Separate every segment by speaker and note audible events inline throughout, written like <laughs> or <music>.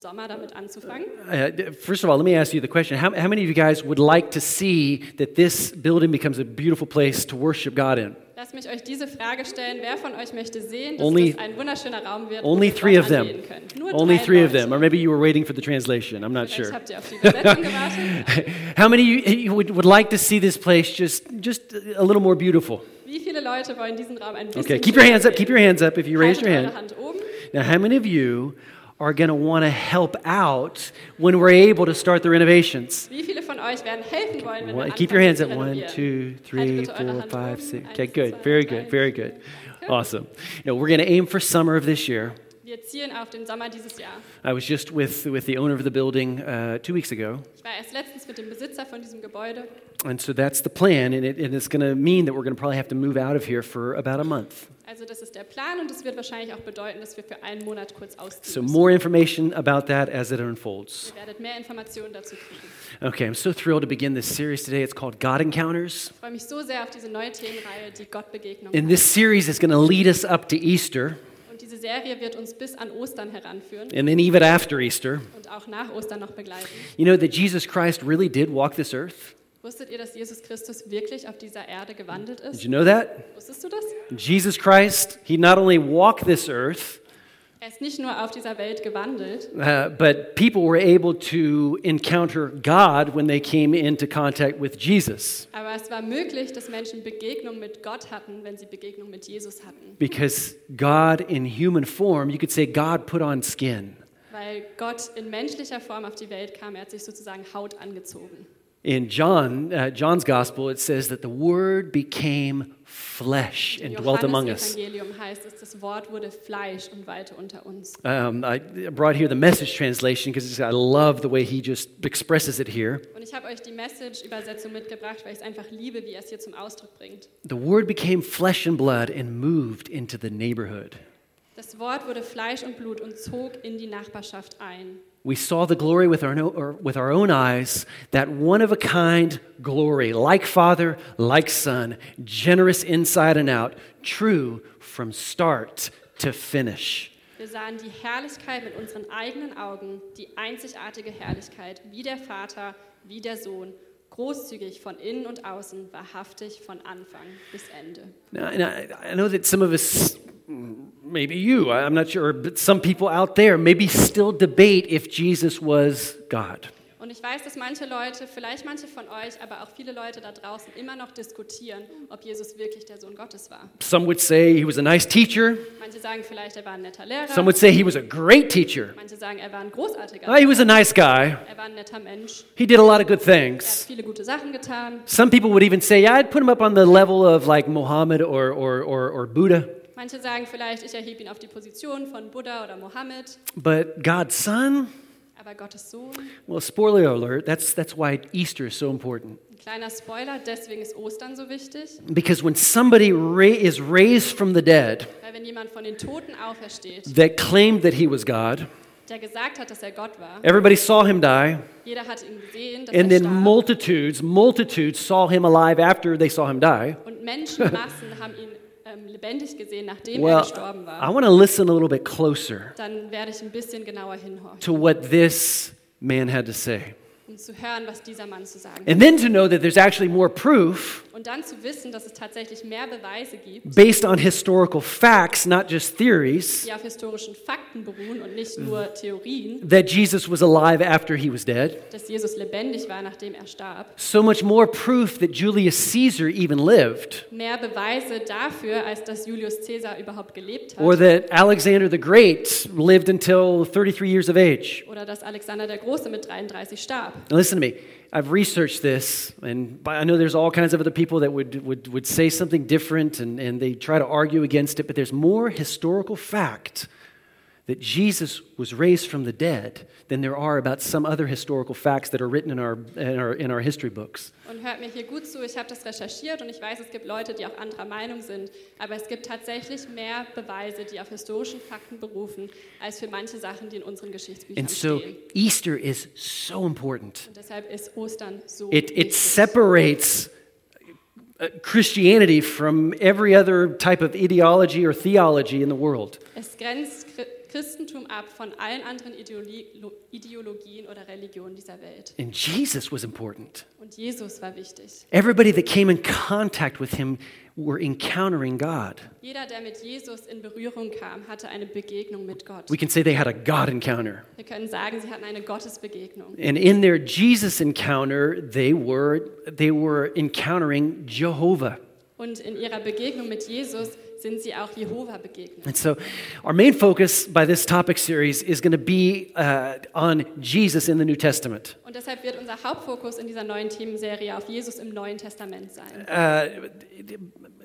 Speaker 1: Sommer damit anzufangen.
Speaker 2: Uh, d- first of all, let me ask you the question how, how many of you guys would like to see that this building becomes a beautiful place to worship God in?
Speaker 1: Lasst mich euch diese Frage stellen. Wer von euch möchte sehen, dass
Speaker 2: Only-
Speaker 1: das ein wunderschöner Raum wird? wo
Speaker 2: Only
Speaker 1: wir Gott
Speaker 2: three of them.
Speaker 1: anbeten können? Nur
Speaker 2: Only
Speaker 1: drei
Speaker 2: three of
Speaker 1: Leute.
Speaker 2: them. Or maybe you were waiting for the translation. I'm not
Speaker 1: Vielleicht
Speaker 2: sure. <laughs>
Speaker 1: habt ihr auf die Übersetzung gewartet.
Speaker 2: How many of you- you would, would like to see this place just, just a little more beautiful?
Speaker 1: Wie viele Leute wollen diesen Raum ein bisschen
Speaker 2: Okay, keep your hands up. Keep your hands up if you
Speaker 1: Haltet
Speaker 2: raised your
Speaker 1: eure
Speaker 2: hand.
Speaker 1: Hand oben.
Speaker 2: Now, how many of you are going to want to help out when we're able to start the renovations?
Speaker 1: Wie viele von euch werden helfen wollen, wenn
Speaker 2: One,
Speaker 1: wir
Speaker 2: keep your hands up.
Speaker 1: anfangen zu
Speaker 2: One,
Speaker 1: renovieren?
Speaker 2: two,
Speaker 1: Haltet
Speaker 2: three,
Speaker 1: bitte eure
Speaker 2: four,
Speaker 1: Hand
Speaker 2: five,
Speaker 1: oben.
Speaker 2: six.
Speaker 1: Eins,
Speaker 2: Okay, good.
Speaker 1: zwei,
Speaker 2: Very
Speaker 1: drei,
Speaker 2: good. Very good.
Speaker 1: vier.
Speaker 2: Awesome. Now, we're going to aim for summer of this year.
Speaker 1: Wir zielen auf den Sommer dieses Jahr.
Speaker 2: I was just with, with the owner of the building uh, two weeks ago,
Speaker 1: Ich war erst letztens mit dem Besitzer von diesem Gebäude.
Speaker 2: and so that's the plan, and, it, and it's going to mean that we're going to probably have to move out of here for about a month.
Speaker 1: Also das ist der Plan und es wird wahrscheinlich auch bedeuten, dass wir für einen Monat kurz ausziehen.
Speaker 2: So,
Speaker 1: müssen.
Speaker 2: more information about that as it unfolds.
Speaker 1: Ihr werdet mehr Informationen dazu kriegen.
Speaker 2: Okay, I'm so thrilled to begin this series today. It's called God Encounters.
Speaker 1: Ich freue mich so sehr auf diese neue Themenreihe, die Gottbegegnung.
Speaker 2: And this series is going to lead us up to Easter
Speaker 1: Und diese Serie wird uns bis an Ostern heranführen
Speaker 2: and then even after Easter.
Speaker 1: und auch nach Ostern noch begleiten.
Speaker 2: You know that Jesus Christ really did walk this earth?
Speaker 1: Wusstet ihr, dass Jesus Christus wirklich auf dieser Erde gewandelt
Speaker 2: Did
Speaker 1: ist?
Speaker 2: you know that?
Speaker 1: Wusstest du das?
Speaker 2: Jesus Christ, he not only walked this earth,
Speaker 1: Er ist nicht nur auf dieser Welt gewandelt,
Speaker 2: uh, but people were able to encounter God when they came into contact with Jesus
Speaker 1: aber es war möglich, dass Menschen Begegnung mit Gott hatten, wenn sie Begegnung mit Jesus hatten.
Speaker 2: because God in human form, you could say God put on skin.
Speaker 1: Weil Gott in menschlicher Form auf die Welt kam, er hat sich sozusagen Haut angezogen.
Speaker 2: In John, uh, John's gospel, it says that the word became flesh and
Speaker 1: Im
Speaker 2: dwelt among us.
Speaker 1: Johannes-Evangelium heißt es, das Wort wurde Fleisch und weilte unter uns.
Speaker 2: Um, I brought here the message translation because I love the way he just expresses it here.
Speaker 1: Und ich habe euch die Message-Übersetzung mitgebracht, weil ich es einfach liebe, wie er es hier zum Ausdruck bringt.
Speaker 2: The word became flesh and blood and moved into the neighborhood.
Speaker 1: Das Wort wurde Fleisch und Blut und zog in die Nachbarschaft ein.
Speaker 2: We saw the glory with our, no, or with our own eyes, that one of a kind glory, like Father, like Son, generous inside and out, true from start to finish.
Speaker 1: Wir sahen die Herrlichkeit mit unseren eigenen Augen, die einzigartige Herrlichkeit, wie der Vater, wie der Sohn, großzügig von innen und außen, wahrhaftig von Anfang bis Ende.
Speaker 2: Now, and I, I know that some of us, maybe you, I- I'm not sure, but some people out there maybe still debate if Jesus was God.
Speaker 1: Und ich weiß, dass manche Leute, vielleicht manche von euch, aber auch viele Leute da draußen immer noch diskutieren, ob Jesus wirklich der Sohn Gottes war.
Speaker 2: Some would say he was a nice teacher.
Speaker 1: Manche sagen vielleicht, er war ein netter Lehrer.
Speaker 2: Some would say he was a great teacher.
Speaker 1: Manche sagen, er war ein großartiger
Speaker 2: Ah, he was a nice guy.
Speaker 1: Er war ein netter Mensch.
Speaker 2: He did a lot of good
Speaker 1: Er hat
Speaker 2: things.
Speaker 1: viele gute Sachen getan.
Speaker 2: Some people would even say, yeah, I'd put him up on the level of like Muhammad or, or, or, or Buddha.
Speaker 1: Manche sagen vielleicht, ich erhebe ihn auf die Position von Buddha oder Mohammed.
Speaker 2: But God's son?
Speaker 1: Aber Gottes Sohn,
Speaker 2: Well, spoiler alert, that's, that's why Easter is so important.
Speaker 1: ein kleiner Spoiler, deswegen ist Ostern so wichtig.
Speaker 2: Because when somebody ra- is raised from the dead
Speaker 1: Weil wenn jemand von den Toten aufersteht,
Speaker 2: that claimed that he was God,
Speaker 1: der gesagt hat, dass er Gott war,
Speaker 2: everybody saw him die,
Speaker 1: jeder hat ihn gesehen, dass
Speaker 2: and
Speaker 1: er
Speaker 2: then
Speaker 1: starb.
Speaker 2: multitudes, multitudes saw him alive after they saw him die.
Speaker 1: Und
Speaker 2: <laughs>
Speaker 1: Menschenmassen haben ihn ähm, lebendig gesehen, nachdem er
Speaker 2: Well,
Speaker 1: gestorben
Speaker 2: I
Speaker 1: war.
Speaker 2: want to listen a little bit closer
Speaker 1: Dann werde ich ein bisschen genauer hinhorchen,
Speaker 2: to what this man had to say.
Speaker 1: um zu hören, was dieser Mann zu sagen hat.
Speaker 2: And then to know that there's actually more proof
Speaker 1: Und dann zu wissen, dass es tatsächlich mehr Beweise gibt,
Speaker 2: based on historical facts, not just theories,
Speaker 1: die auf historischen Fakten beruhen und nicht
Speaker 2: Mhm.
Speaker 1: nur Theorien,
Speaker 2: that Jesus was alive after he was dead.
Speaker 1: dass Jesus lebendig war, nachdem er starb.
Speaker 2: So much more proof that Julius Caesar even lived,
Speaker 1: Mehr Beweise dafür, als dass Julius Caesar überhaupt gelebt
Speaker 2: or
Speaker 1: hat
Speaker 2: that Alexander the Great lived until 33 years of age.
Speaker 1: oder dass Alexander der Große mit 33 starb.
Speaker 2: Now, listen to me. I've researched this, and I know there's all kinds of other people that would, would, would say something different and, and they try to argue against it, but there's more historical fact that Jesus was raised from the dead than there are about some other historical facts that are written in our, in our, in our history books.
Speaker 1: Und hört mir hier gut zu, ich habe das recherchiert und ich weiß, es gibt Leute, die auch anderer Meinung sind, aber es gibt tatsächlich mehr Beweise, die auf historischen Fakten berufen, als für manche Sachen, die in unseren Geschichtsbüchern
Speaker 2: And so
Speaker 1: stehen.
Speaker 2: Easter is so important.
Speaker 1: Und deshalb ist Ostern so
Speaker 2: It, it
Speaker 1: wichtig.
Speaker 2: separates uh, Christianity from every other type of ideology or theology in the world.
Speaker 1: Es grenzt Chri- Christentum ab von allen anderen Ideoli- Lo- Ideologien oder Religionen dieser Welt.
Speaker 2: And Jesus was important.
Speaker 1: Und Jesus war wichtig.
Speaker 2: Everybody that came in contact with him were encountering God.
Speaker 1: Jeder, der mit Jesus in Berührung kam, hatte eine Begegnung mit Gott.
Speaker 2: We can say they had a God encounter.
Speaker 1: Wir können sagen, sie hatten eine Gottesbegegnung.
Speaker 2: And in their Jesus encounter, they were, they were encountering Jehovah.
Speaker 1: Und in ihrer Begegnung mit Jesus sind sie auch Jehova begegnet.
Speaker 2: And so, our main focus by this topic series is going to be uh, on Jesus in the New Testament.
Speaker 1: Und deshalb wird unser Hauptfokus in dieser neuen Themenserie auf Jesus im Neuen Testament sein.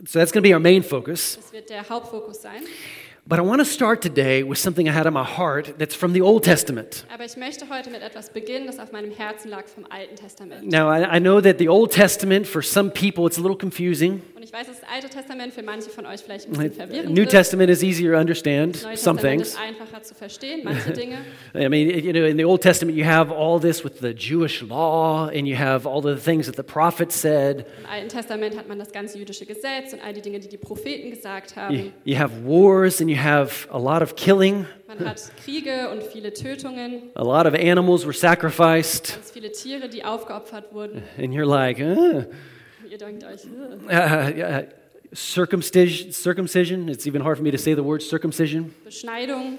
Speaker 2: So, that's going to be our main focus.
Speaker 1: Das wird der Hauptfokus sein.
Speaker 2: But I want to start today with something I had in my heart that's from the Old Testament.
Speaker 1: Aber ich möchte heute mit etwas beginnen, das auf meinem Herzen lag vom Alten Testament.
Speaker 2: Now, I, I know that the Old Testament, for some people, it's a little confusing.
Speaker 1: Und ich weiß, dass das Alte Testament für manche von euch vielleicht ein bisschen verwirrend
Speaker 2: Äh, New
Speaker 1: ist.
Speaker 2: Testament is easier to understand,
Speaker 1: Neues
Speaker 2: some
Speaker 1: Testament
Speaker 2: things.
Speaker 1: ist einfacher zu verstehen, manche
Speaker 2: <laughs>
Speaker 1: Dinge.
Speaker 2: I mean, you know, in the Old Testament, you have all this with the Jewish law, and you have all the things that the prophets said.
Speaker 1: Im Alten Testament hat man das ganze jüdische Gesetz und all die Dinge, die die Propheten gesagt haben.
Speaker 2: You, you have wars, and you have a lot of killing.
Speaker 1: Man hat Kriege und viele Tötungen,
Speaker 2: A lot of animals were sacrificed,
Speaker 1: ganz viele Tiere, die aufgeopfert wurden.
Speaker 2: and you're like, uh,
Speaker 1: Ihr denkt euch, "Ugh."
Speaker 2: uh, uh, circumcision, circumcision. It's even hard for me to say the word circumcision.
Speaker 1: Beschneidung,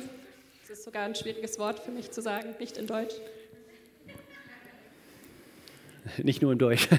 Speaker 1: das ist sogar ein schwieriges Wort für mich zu sagen, nicht in Deutsch.
Speaker 2: Nicht nur in Deutsch. <laughs>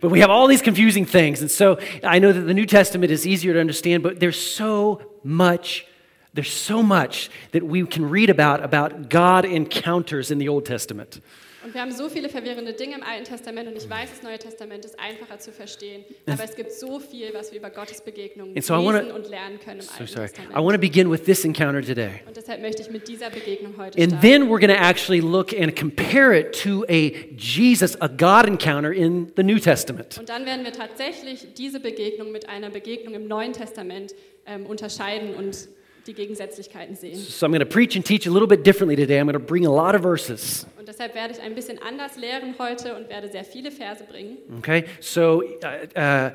Speaker 2: but we have all these confusing things. And so I know that the New Testament is easier to understand, but there's so much, there's so much that we can read about, about God encounters in the Old Testament.
Speaker 1: Und wir haben so viele verwirrende Dinge im Alten Testament und ich
Speaker 2: Mhm.
Speaker 1: weiß, das Neue Testament ist einfacher zu verstehen, aber es gibt so viel, was wir über Gottes Begegnungen
Speaker 2: And so I
Speaker 1: lesen
Speaker 2: wanna-
Speaker 1: und lernen können im
Speaker 2: So
Speaker 1: Alten
Speaker 2: sorry. I
Speaker 1: Testament.
Speaker 2: want to begin with this encounter today.
Speaker 1: Und deshalb möchte ich mit dieser Begegnung heute
Speaker 2: And
Speaker 1: starten.
Speaker 2: then we're going to actually look and compare it to a Jesus, a God encounter in the New Testament.
Speaker 1: Und dann werden wir tatsächlich diese Begegnung mit einer Begegnung im Neuen Testament ähm, unterscheiden und die Gegensätzlichkeiten sehen.
Speaker 2: So I'm going to preach and teach a little bit differently today. I'm going to bring a lot of verses.
Speaker 1: Und deshalb werde ich ein bisschen anders lehren heute und werde sehr viele Verse bringen.
Speaker 2: Okay? So uh, uh,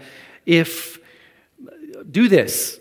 Speaker 2: if, do this.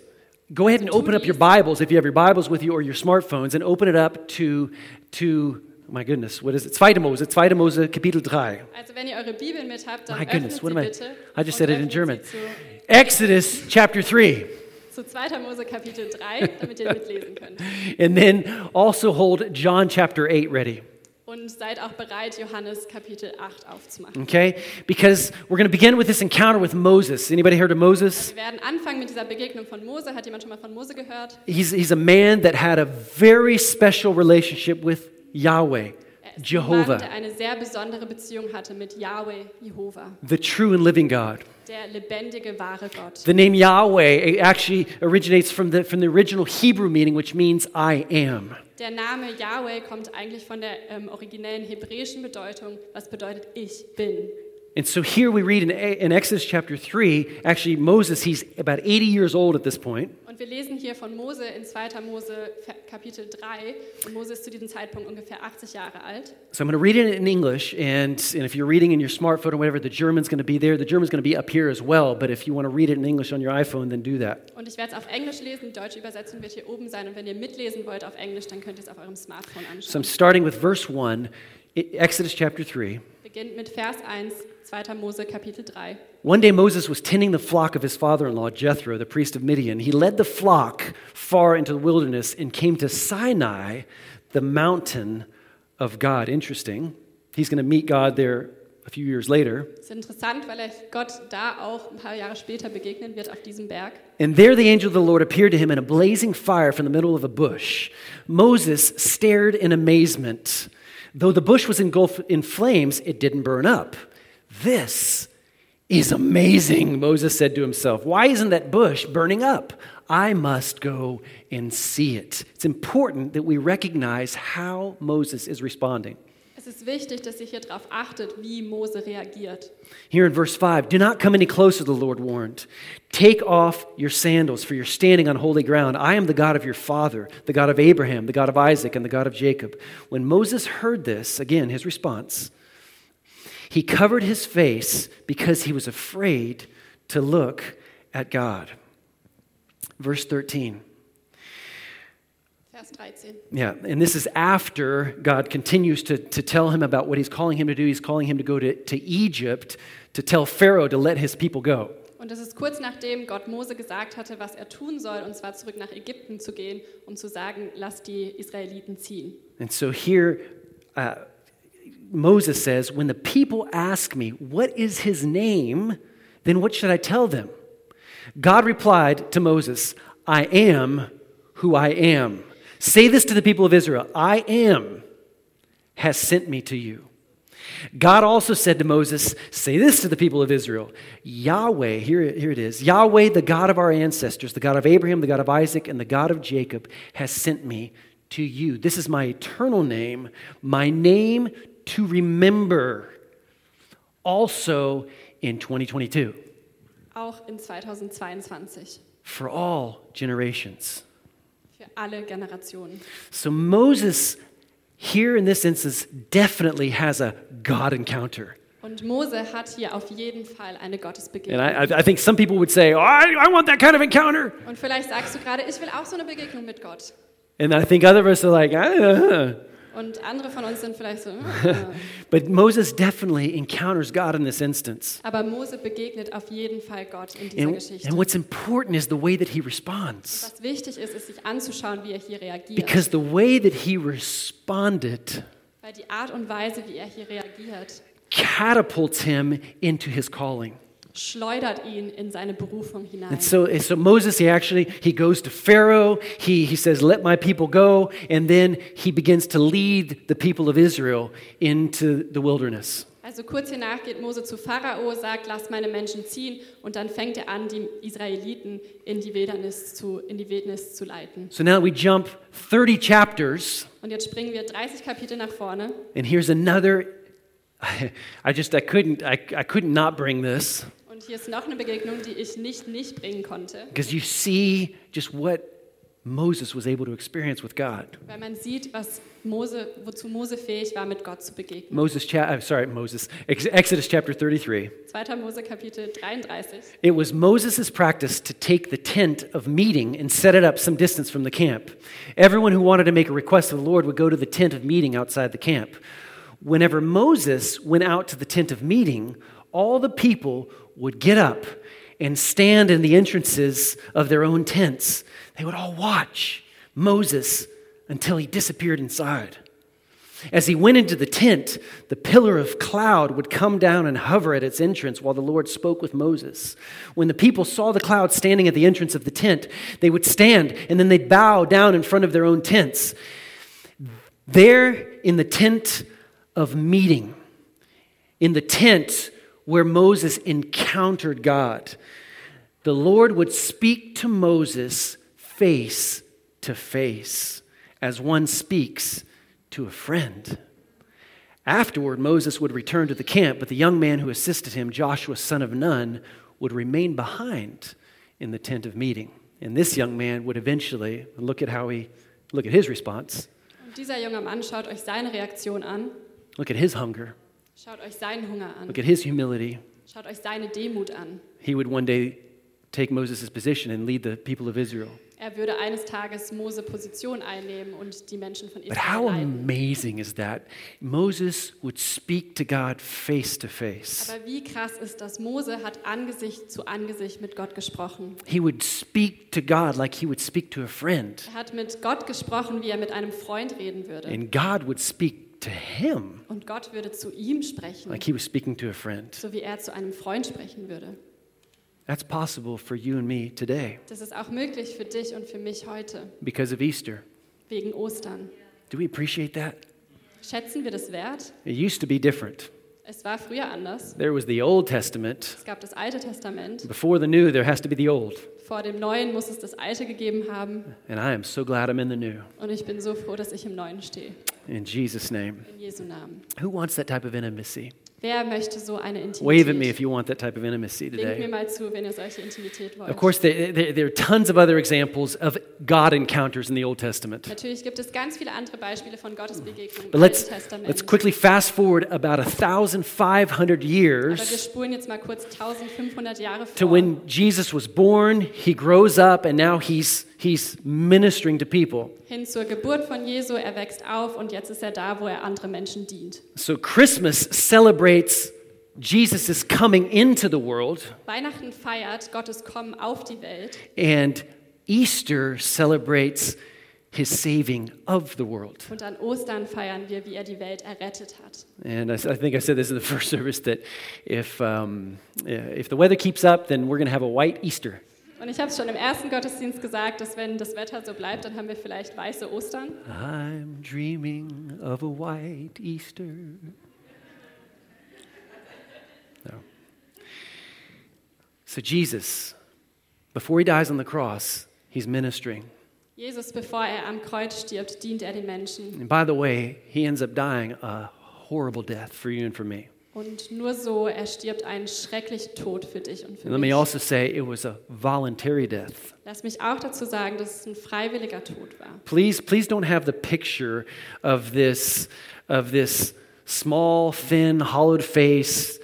Speaker 2: Go ahead and open up your Bibles, if you have your Bibles with you or your smartphones, and open it up to, to my goodness, what is it? Zweite Mose, Zweite Mose, Kapitel 3.
Speaker 1: Also wenn ihr eure Bibel mit habt, dann
Speaker 2: My
Speaker 1: öffnet
Speaker 2: goodness,
Speaker 1: sie
Speaker 2: what am I?
Speaker 1: bitte.
Speaker 2: I just
Speaker 1: und
Speaker 2: said it in
Speaker 1: öffnet sie
Speaker 2: German.
Speaker 1: Zu,
Speaker 2: Exodus chapter 3.
Speaker 1: zu 2. Mose Kapitel 3, damit ihr mitlesen könnt.
Speaker 2: And then also hold John chapter 8 ready.
Speaker 1: Und seid auch bereit, Johannes Kapitel 8 aufzumachen.
Speaker 2: okay because we're going to begin with this encounter with moses anybody heard of moses
Speaker 1: Wir werden anfangen mit dieser Begegnung von Mose. Hat jemand schon mal von Mose gehört?
Speaker 2: he's, he's a man that had a very special relationship with yahweh
Speaker 1: Er ist Ein Mann, der
Speaker 2: jehovah
Speaker 1: eine sehr besondere Beziehung hatte mit Yahweh, Jehova,
Speaker 2: the true and living god
Speaker 1: der lebendige, wahre Gott.
Speaker 2: the name yahweh it actually originates from the, from the original hebrew meaning which means i am
Speaker 1: Der Name Yahweh kommt eigentlich von der ähm, originellen hebräischen Bedeutung, was bedeutet ich bin.
Speaker 2: and so here we read in, in exodus chapter 3 actually moses he's about 80 years old at this point
Speaker 1: Und wir lesen hier von Mose in 2. Mose Kapitel 3. Und Mose ist zu diesem Zeitpunkt ungefähr 80 Jahre alt.
Speaker 2: So I'm going to read it in English, and, and if you're reading in your smartphone or whatever, the German's going to be there. The German's going to be up here as well, but if you want to read it in English on your iPhone, then do that.
Speaker 1: Und ich werde es auf Englisch lesen. Die deutsche Übersetzung wird hier oben sein. Und wenn ihr mitlesen wollt auf Englisch, dann könnt ihr es auf eurem Smartphone
Speaker 2: So I'm
Speaker 1: anschauen.
Speaker 2: starting with verse 1, E- Exodus chapter 3.
Speaker 1: Beginnt mit Vers 1, 2. Mose Kapitel 3.
Speaker 2: One day Moses was tending the flock of his father in law, Jethro, the priest of Midian. He led the flock far into the wilderness and came to Sinai, the mountain of God. Interesting. He's going to meet God there a few years later.
Speaker 1: Ist interessant, weil er Gott da auch ein paar Jahre später begegnen wird auf diesem Berg.
Speaker 2: And there the angel of the Lord appeared to him in a blazing fire from the middle of a bush. Moses stared in amazement. Though the bush was engulfed in flames, it didn't burn up. This is amazing, Moses said to himself. Why isn't that bush burning up? I must go and see it. It's important that we recognize how Moses is responding.
Speaker 1: Es ist wichtig, dass ihr hier darauf achtet, wie Mose reagiert.
Speaker 2: Here in verse 5, do not come any closer, the Lord warned. Take off your sandals, for you're standing on holy ground. I am the God of your father, the God of Abraham, the God of Isaac, and the God of Jacob. When Moses heard this, again, his response, he covered his face because he was afraid to look at God. Verse 13.
Speaker 1: Vers 13.
Speaker 2: Yeah, and this is after God continues to, to tell him about what he's calling him to do. He's calling him to go to, to Egypt to tell Pharaoh to let his people go.
Speaker 1: Und das ist kurz nachdem Gott Mose gesagt hatte, was er tun soll, und zwar zurück nach Ägypten zu gehen, um zu sagen, lass die Israeliten ziehen.
Speaker 2: And so here, uh, Moses says, When the people ask me, What is his name? then what should I tell them? God replied to Moses, I am who I am. Say this to the people of Israel I am has sent me to you. God also said to Moses, Say this to the people of Israel Yahweh, here, here it is Yahweh, the God of our ancestors, the God of Abraham, the God of Isaac, and the God of Jacob, has sent me to you. This is my eternal name, my name to remember also in 2022
Speaker 1: Auch in 2022.
Speaker 2: for all generations.
Speaker 1: Für alle Generationen.
Speaker 2: So Moses, here in this instance, definitely has a God encounter.
Speaker 1: Und Mose hat hier auf jeden Fall eine
Speaker 2: And
Speaker 1: Gottesbegegnung.
Speaker 2: I, I- I think some people would say, oh, I, I want that kind of encounter.
Speaker 1: Und vielleicht sagst du gerade, ich will auch so eine Begegnung mit Gott.
Speaker 2: And I think other of us are like, ah.
Speaker 1: Und andere von uns sind vielleicht so. "Ah."
Speaker 2: But Moses definitely encounters God in this instance.
Speaker 1: Aber Mose begegnet auf jeden Fall Gott in dieser
Speaker 2: And,
Speaker 1: Geschichte.
Speaker 2: and what's important is the way that he responds.
Speaker 1: Was wichtig ist, ist sich anzuschauen, wie er hier reagiert.
Speaker 2: Because the way that he responded
Speaker 1: Weil die Art und Weise, wie er hier reagiert,
Speaker 2: catapults him into his calling.
Speaker 1: schleudert ihn in seine Berufung hinein.
Speaker 2: And so, so Moses, he actually, he goes to Pharaoh. He, he says, let my people go. And then he begins to lead the people of Israel into the wilderness.
Speaker 1: Also kurz hiernach geht Mose zu Pharao, sagt, lasst meine Menschen ziehen. Und dann fängt er an, die Israeliten in die Wildnis zu, in die Wildnis zu leiten.
Speaker 2: So now we jump 30 chapters.
Speaker 1: Und jetzt springen wir 30 Kapitel nach vorne.
Speaker 2: And here's another, <laughs> I just, I couldn't, I, I couldn't not bring this.
Speaker 1: Und hier ist noch eine Begegnung, die ich nicht nicht bringen konnte,
Speaker 2: Because you see just what Moses was able to experience with God.
Speaker 1: weil man sieht, was Mose, wozu Mose fähig war, mit Gott zu begegnen.
Speaker 2: Moses, cha- I'm sorry, Moses, Ex- Exodus chapter 33.
Speaker 1: 2. Mose Kapitel 33.
Speaker 2: It was Moses' practice to take the tent of meeting and set it up some distance from the camp. Everyone who wanted to make a request of the Lord would go to the tent of meeting outside the camp. Whenever Moses went out to the tent of meeting, all the people would get up and stand in the entrances of their own tents. They would all watch Moses until he disappeared inside. As he went into the tent, the pillar of cloud would come down and hover at its entrance while the Lord spoke with Moses. When the people saw the cloud standing at the entrance of the tent, they would stand and then they'd bow down in front of their own tents. There in the tent of meeting, in the tent where Moses encountered God, the Lord would speak to Moses face to face, as one speaks to a friend. Afterward, Moses would return to the camp, but the young man who assisted him, Joshua, son of Nun, would remain behind in the tent of meeting. And this young man would eventually look at how he, look at his response,
Speaker 1: Und dieser junge Mann schaut euch seine Reaktion an,
Speaker 2: look at his hunger,
Speaker 1: schaut euch seinen Hunger an,
Speaker 2: look at his humility.
Speaker 1: schaut euch seine Demut an.
Speaker 2: He would one day take Moses' position and lead the people of Israel.
Speaker 1: Er würde eines Tages Mose Position einnehmen und die Menschen von
Speaker 2: But how
Speaker 1: Israel leiten.
Speaker 2: amazing is that? Moses would speak to God face to face.
Speaker 1: Aber wie krass ist das? Mose hat Angesicht zu Angesicht mit Gott gesprochen.
Speaker 2: He would speak to God like he would speak to a friend,
Speaker 1: Er hat mit Gott gesprochen, wie er mit einem Freund reden würde.
Speaker 2: and God would speak to him
Speaker 1: Und Gott würde zu ihm sprechen,
Speaker 2: like he was speaking to a friend.
Speaker 1: so wie er zu einem Freund sprechen würde.
Speaker 2: That's possible for you and me today
Speaker 1: Das ist auch möglich für dich und für mich heute,
Speaker 2: because of Easter.
Speaker 1: wegen Ostern.
Speaker 2: Do we appreciate that?
Speaker 1: Schätzen wir das wert?
Speaker 2: It used to be different.
Speaker 1: Es war früher anders.
Speaker 2: There was the Old Testament.
Speaker 1: Es gab das Alte Testament.
Speaker 2: Before the new, there has to be the old.
Speaker 1: Vor dem Neuen muss es das Alte gegeben haben.
Speaker 2: And I am so glad I'm in the new.
Speaker 1: Und ich bin so froh, dass ich im Neuen stehe.
Speaker 2: In Jesus' name.
Speaker 1: In Jesu Namen.
Speaker 2: Who wants that type of intimacy?
Speaker 1: Wer möchte so eine Intimität?
Speaker 2: Wave at me if you want that type of intimacy
Speaker 1: Winkt mir
Speaker 2: today.
Speaker 1: mal zu, wenn ihr solche Intimität wollt.
Speaker 2: Of course, there, there, there are tons of other examples of God encounters in the Old Testament.
Speaker 1: Natürlich gibt es ganz viele andere Beispiele von Gottes Begegnungen
Speaker 2: But
Speaker 1: im Alten
Speaker 2: let's,
Speaker 1: Testament.
Speaker 2: let's quickly fast forward about 1,500
Speaker 1: Aber wir
Speaker 2: years
Speaker 1: spulen jetzt mal kurz 1500 Jahre vor.
Speaker 2: to when Jesus was born, he grows up, and now he's, he's ministering to people.
Speaker 1: Hin zur Geburt von Jesu, er wächst auf und jetzt ist er da, wo er andere Menschen dient.
Speaker 2: So Christmas celebrates Jesus' coming into the world,
Speaker 1: Weihnachten feiert Gottes Kommen auf die Welt
Speaker 2: and Easter celebrates his saving of the world.
Speaker 1: und an Ostern feiern wir, wie er die Welt errettet hat.
Speaker 2: And I, s- I think I said this in the <laughs> first service that if, um, eh, if the weather keeps up, then we're going to have a white Easter.
Speaker 1: Und ich habe es schon im ersten Gottesdienst gesagt, dass wenn das Wetter so bleibt, dann haben wir vielleicht weiße Ostern.
Speaker 2: I'm dreaming of a white Easter. No. So, Jesus, before he dies on the cross, he's ministering.
Speaker 1: Jesus, bevor er am Kreuz stirbt, dient er den Menschen.
Speaker 2: And by the way, he ends up dying a horrible death for you and for me.
Speaker 1: Und nur so, er stirbt einen schrecklichen Tod für dich und für
Speaker 2: And let me
Speaker 1: mich.
Speaker 2: also say it was a voluntary death.
Speaker 1: Lass mich auch dazu sagen, dass es ein freiwilliger Tod war.
Speaker 2: Please, please don't have the picture of this, of this small, thin, hollowed face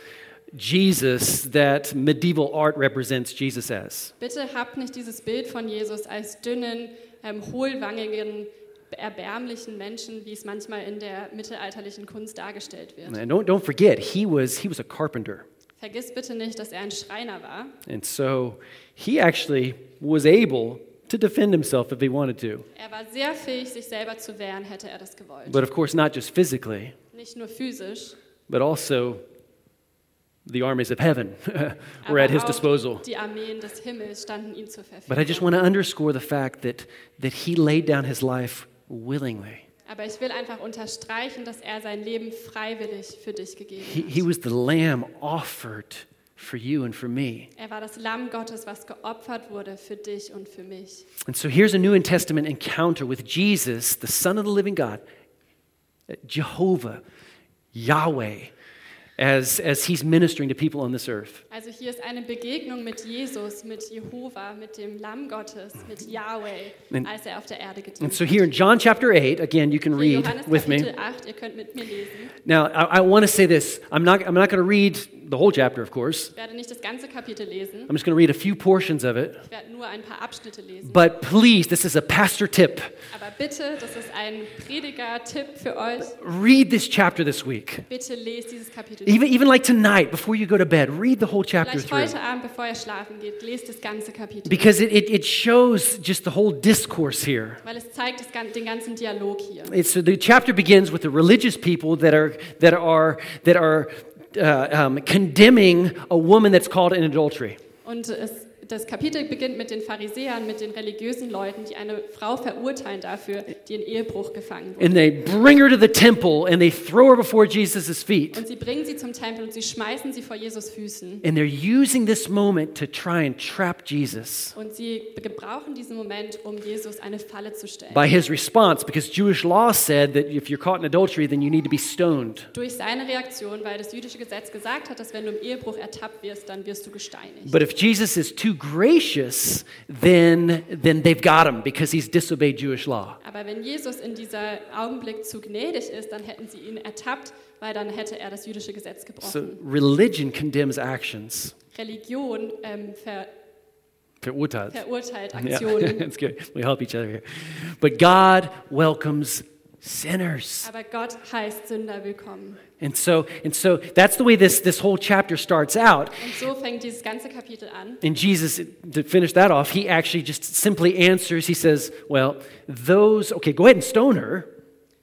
Speaker 2: Jesus that medieval art represents Jesus as.
Speaker 1: Bitte habt nicht dieses Bild von Jesus als dünnen, ähm, hohlwangigen, erbärmlichen Menschen, wie es manchmal in der mittelalterlichen Kunst dargestellt wird.
Speaker 2: And don't, don't forget, he was, he was a carpenter.
Speaker 1: Vergiss bitte nicht, dass er ein Schreiner war.
Speaker 2: And so he actually was able to defend himself if he wanted to.
Speaker 1: Er war sehr fähig, sich selber zu wehren, hätte er das gewollt.
Speaker 2: But of course, not just physically,
Speaker 1: Nicht nur physisch,
Speaker 2: but also the armies of heaven <laughs> were
Speaker 1: aber
Speaker 2: at his
Speaker 1: auch
Speaker 2: disposal.
Speaker 1: die Armeen des Himmels standen ihm zur Verfügung.
Speaker 2: But I just want to underscore the fact that, that he laid down his life willingly.
Speaker 1: aber ich will einfach unterstreichen, dass er sein Leben freiwillig für dich gegeben
Speaker 2: He,
Speaker 1: hat.
Speaker 2: he was the lamb offered for you and for me.
Speaker 1: Er war das Lamm Gottes, was geopfert wurde für dich und für mich.
Speaker 2: And so here's a New Testament encounter with Jesus, the Son of the living God, Jehovah, Yahweh, as, as he's ministering to people on this earth.
Speaker 1: Also hier ist eine Begegnung mit Jesus, mit Jehova, mit dem Lamm Gottes, mit Yahweh,
Speaker 2: And-
Speaker 1: als er auf der Erde
Speaker 2: And
Speaker 1: gedient
Speaker 2: so here in John chapter 8, again, you can
Speaker 1: Hier
Speaker 2: read
Speaker 1: Johannes
Speaker 2: with me.
Speaker 1: Kapitel 8, ihr könnt mit mir lesen.
Speaker 2: Now, I, I want to say this. I'm not, I'm not going to read the whole chapter, of course.
Speaker 1: Ich werde nicht das ganze Kapitel lesen,
Speaker 2: I'm just going to read a few portions of it.
Speaker 1: ich werde nur ein paar Abschnitte lesen.
Speaker 2: But please, this is a pastor tip.
Speaker 1: Aber bitte, das ist ein Prediger-Tipp für euch,
Speaker 2: Read this chapter this week.
Speaker 1: bitte lest dieses Kapitel.
Speaker 2: Even, even like tonight, before you go to bed, read the whole chapter
Speaker 1: Vielleicht
Speaker 2: through.
Speaker 1: heute Abend, bevor ihr schlafen geht, lest das ganze Kapitel.
Speaker 2: Because it, it, it shows just the whole discourse here.
Speaker 1: Weil es zeigt das, gan- den ganzen Dialog here.
Speaker 2: It's, so the chapter begins with the religious people that are, that are, that are uh, um, condemning a woman that's called in adultery.
Speaker 1: Und es, das Kapitel beginnt mit den Pharisäern, mit den religiösen Leuten, die eine Frau verurteilen dafür, die in Ehebruch gefangen wurde.
Speaker 2: And they bring her to the temple and they throw her before Jesus' feet.
Speaker 1: Und sie bringen sie zum Tempel und sie schmeißen sie vor Jesus Füßen.
Speaker 2: And they're using this moment to try and trap Jesus
Speaker 1: Und sie gebrauchen diesen Moment, um Jesus eine Falle zu stellen.
Speaker 2: by his response, because Jewish law said that if you're caught in adultery, then you need to be stoned.
Speaker 1: Durch seine Reaktion, weil das jüdische Gesetz gesagt hat, dass wenn du im Ehebruch ertappt wirst, dann wirst du gesteinigt.
Speaker 2: But if Jesus is too gracious, then, then they've got him because he's disobeyed Jewish law.
Speaker 1: Aber wenn Jesus in dieser Augenblick zu gnädig ist, dann hätten sie ihn ertappt, weil dann hätte er das jüdische Gesetz
Speaker 2: So
Speaker 1: gebrochen.
Speaker 2: religion condemns actions.
Speaker 1: Religion ähm, ver
Speaker 2: Verurteilt.
Speaker 1: verurteilt
Speaker 2: Yeah.
Speaker 1: Aktionen.
Speaker 2: <laughs> That's good. We help each other here. But God welcomes sinners.
Speaker 1: Aber Gott heißt Sünder willkommen.
Speaker 2: And so, and so that's the way this, this whole chapter starts out.
Speaker 1: Und so fängt dieses ganze Kapitel an.
Speaker 2: And Jesus, to finish that off, he actually just simply answers. He says, Well, those, okay, go ahead and stone her.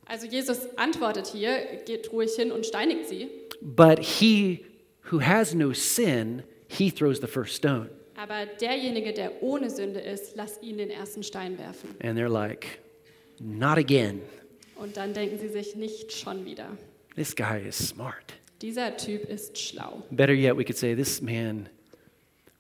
Speaker 1: Also Jesus antwortet hier, geht ruhig hin und steinigt sie.
Speaker 2: But he who has no sin, he throws the first stone.
Speaker 1: Aber derjenige, der ohne Sünde ist, lass ihn den ersten Stein werfen.
Speaker 2: And they're like, not again.
Speaker 1: Und dann denken sie sich nicht schon wieder.
Speaker 2: This guy is smart.
Speaker 1: Dieser Typ ist schlau.
Speaker 2: Better yet, we could say this man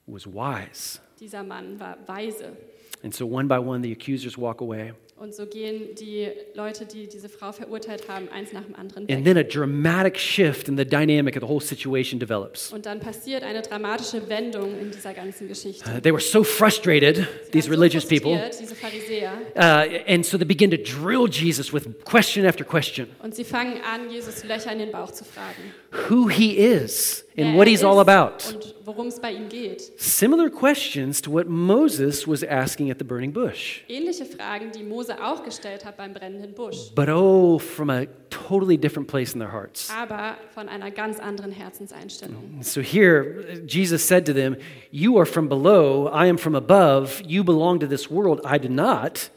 Speaker 2: was wise.
Speaker 1: Dieser Mann war weise.
Speaker 2: And so one by one, the accusers walk away.
Speaker 1: Und so gehen die Leute, die diese Frau verurteilt haben, eins nach dem anderen weg.
Speaker 2: And then a dramatic shift in the dynamic of the whole situation develops.
Speaker 1: Und dann passiert eine dramatische Wendung in dieser ganzen Geschichte.
Speaker 2: Uh, they were so frustrated,
Speaker 1: Sie
Speaker 2: these
Speaker 1: waren so
Speaker 2: religious people,
Speaker 1: frustriert, Diese Pharisäer.
Speaker 2: uh, and so they begin to drill Jesus with question after question
Speaker 1: Und sie fangen an, Jesus Löcher in den Bauch zu fragen.
Speaker 2: who he is
Speaker 1: wer
Speaker 2: and what
Speaker 1: er
Speaker 2: he's
Speaker 1: ist
Speaker 2: all about.
Speaker 1: Und worum es bei ihm geht.
Speaker 2: Similar questions to what Moses was asking at the burning bush,
Speaker 1: Ähnliche Fragen, die Mose auch gestellt hat beim brennenden Busch.
Speaker 2: but oh, from a totally different place in their hearts.
Speaker 1: Aber von einer ganz anderen Herzenseinstellung.
Speaker 2: So here, Jesus said to them, You are from below, I am from above, you belong to this world, I do not.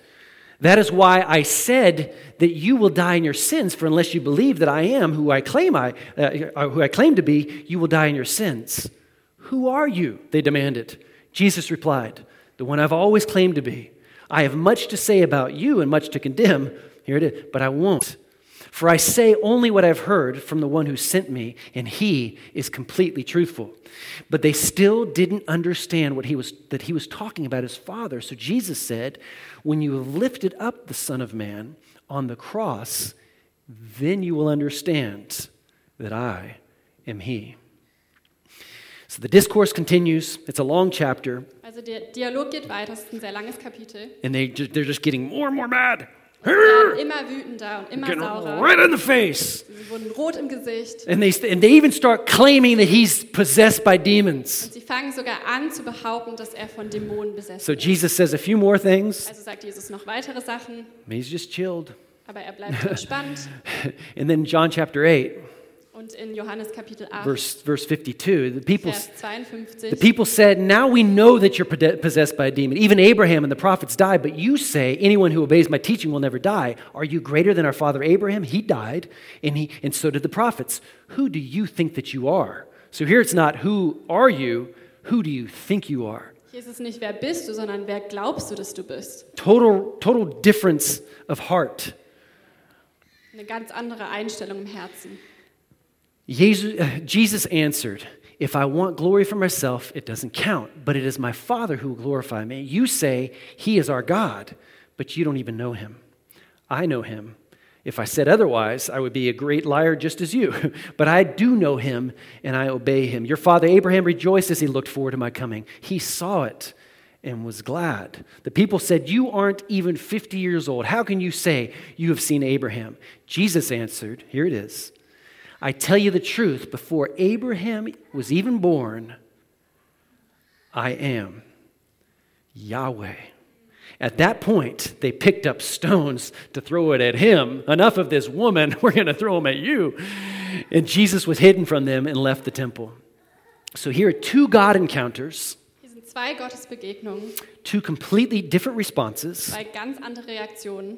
Speaker 2: That is why I said that you will die in your sins, for unless you believe that I am who I claim, I, uh, who I claim to be, you will die in your sins. Who are you? They demanded. Jesus replied, The one I've always claimed to be. I have much to say about you and much to condemn. Here it is, but I won't. For I say only what I've heard from the one who sent me, and he is completely truthful. But they still didn't understand what he was, that he was talking about his father. So Jesus said, When you have lifted up the Son of Man on the cross, then you will understand that I am he. So the discourse continues. It's a long chapter,
Speaker 1: Also der Dialog geht weiter, es ist ein sehr langes Kapitel.
Speaker 2: and they ju- they're just getting more and more mad.
Speaker 1: Sie
Speaker 2: Getting
Speaker 1: werden immer wütender und immer saurer.
Speaker 2: right in the face.
Speaker 1: Sie wurden rot im Gesicht.
Speaker 2: And they, st- and they even start claiming that he's possessed by demons.
Speaker 1: Und sie fangen sogar an zu behaupten, dass er von Dämonen besessen
Speaker 2: So
Speaker 1: ist.
Speaker 2: Jesus says a few more things.
Speaker 1: Also sagt Jesus noch weitere Sachen,
Speaker 2: He's just chilled. <laughs>
Speaker 1: aber er bleibt entspannt.
Speaker 2: And then John chapter 8,
Speaker 1: Und in Johannes Kapitel 8,
Speaker 2: verse, verse 52, the people,
Speaker 1: Vers
Speaker 2: the
Speaker 1: 52,
Speaker 2: people said, Now we know that you're pode- possessed by a demon. Even Abraham and the prophets died, but you say, Anyone who obeys my teaching will never die. Are you greater than our father Abraham? He died, and, he, and so did the prophets. Who do you think that you are? So here it's not, Who are you? Who do you think you are?
Speaker 1: hier ist es nicht, wer bist du, sondern wer glaubst du, dass du bist.
Speaker 2: Total, total difference of heart.
Speaker 1: Eine ganz andere Einstellung im Herzen.
Speaker 2: Jesus, uh, Jesus answered, If I want glory for myself, it doesn't count, but it is my Father who will glorify me. You say, He is our God, but you don't even know Him. I know Him. If I said otherwise, I would be a great liar just as you. <laughs> But I do know him and I obey him. Your father Abraham rejoiced as he looked forward to my coming. He saw it and was glad. The people said, You aren't even 50 years old. How can you say you have seen Abraham? Jesus answered, Here it is. I tell you the truth, before Abraham was even born, I am Yahweh. At that point, they picked up stones to throw it at him. Enough of this woman, <laughs> we're going to throw them at you. And Jesus was hidden from them and left the temple. So here are two God encounters,
Speaker 1: Hier sind zwei Gottesbegegnungen,
Speaker 2: two completely different responses,
Speaker 1: zwei ganz andere Reaktionen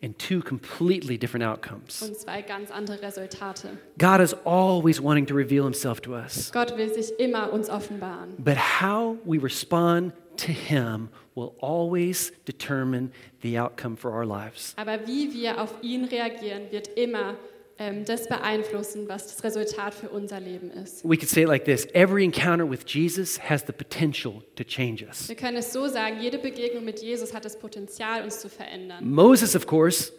Speaker 2: and two completely different outcomes.
Speaker 1: und zwei ganz andere Resultate.
Speaker 2: God is always wanting to reveal himself to us.
Speaker 1: Gott will sich immer uns offenbaren.
Speaker 2: But how we respond to Him will always determine the outcome for our lives.
Speaker 1: Aber wie wir auf ihn reagieren, wird immer ähm, das beeinflussen, was das Resultat für unser Leben ist.
Speaker 2: We could say it like this every encounter with Jesus has the potential to change us.
Speaker 1: Wir können es so sagen, jede Begegnung mit Jesus hat das Potenzial, uns zu verändern.
Speaker 2: Moses, of course,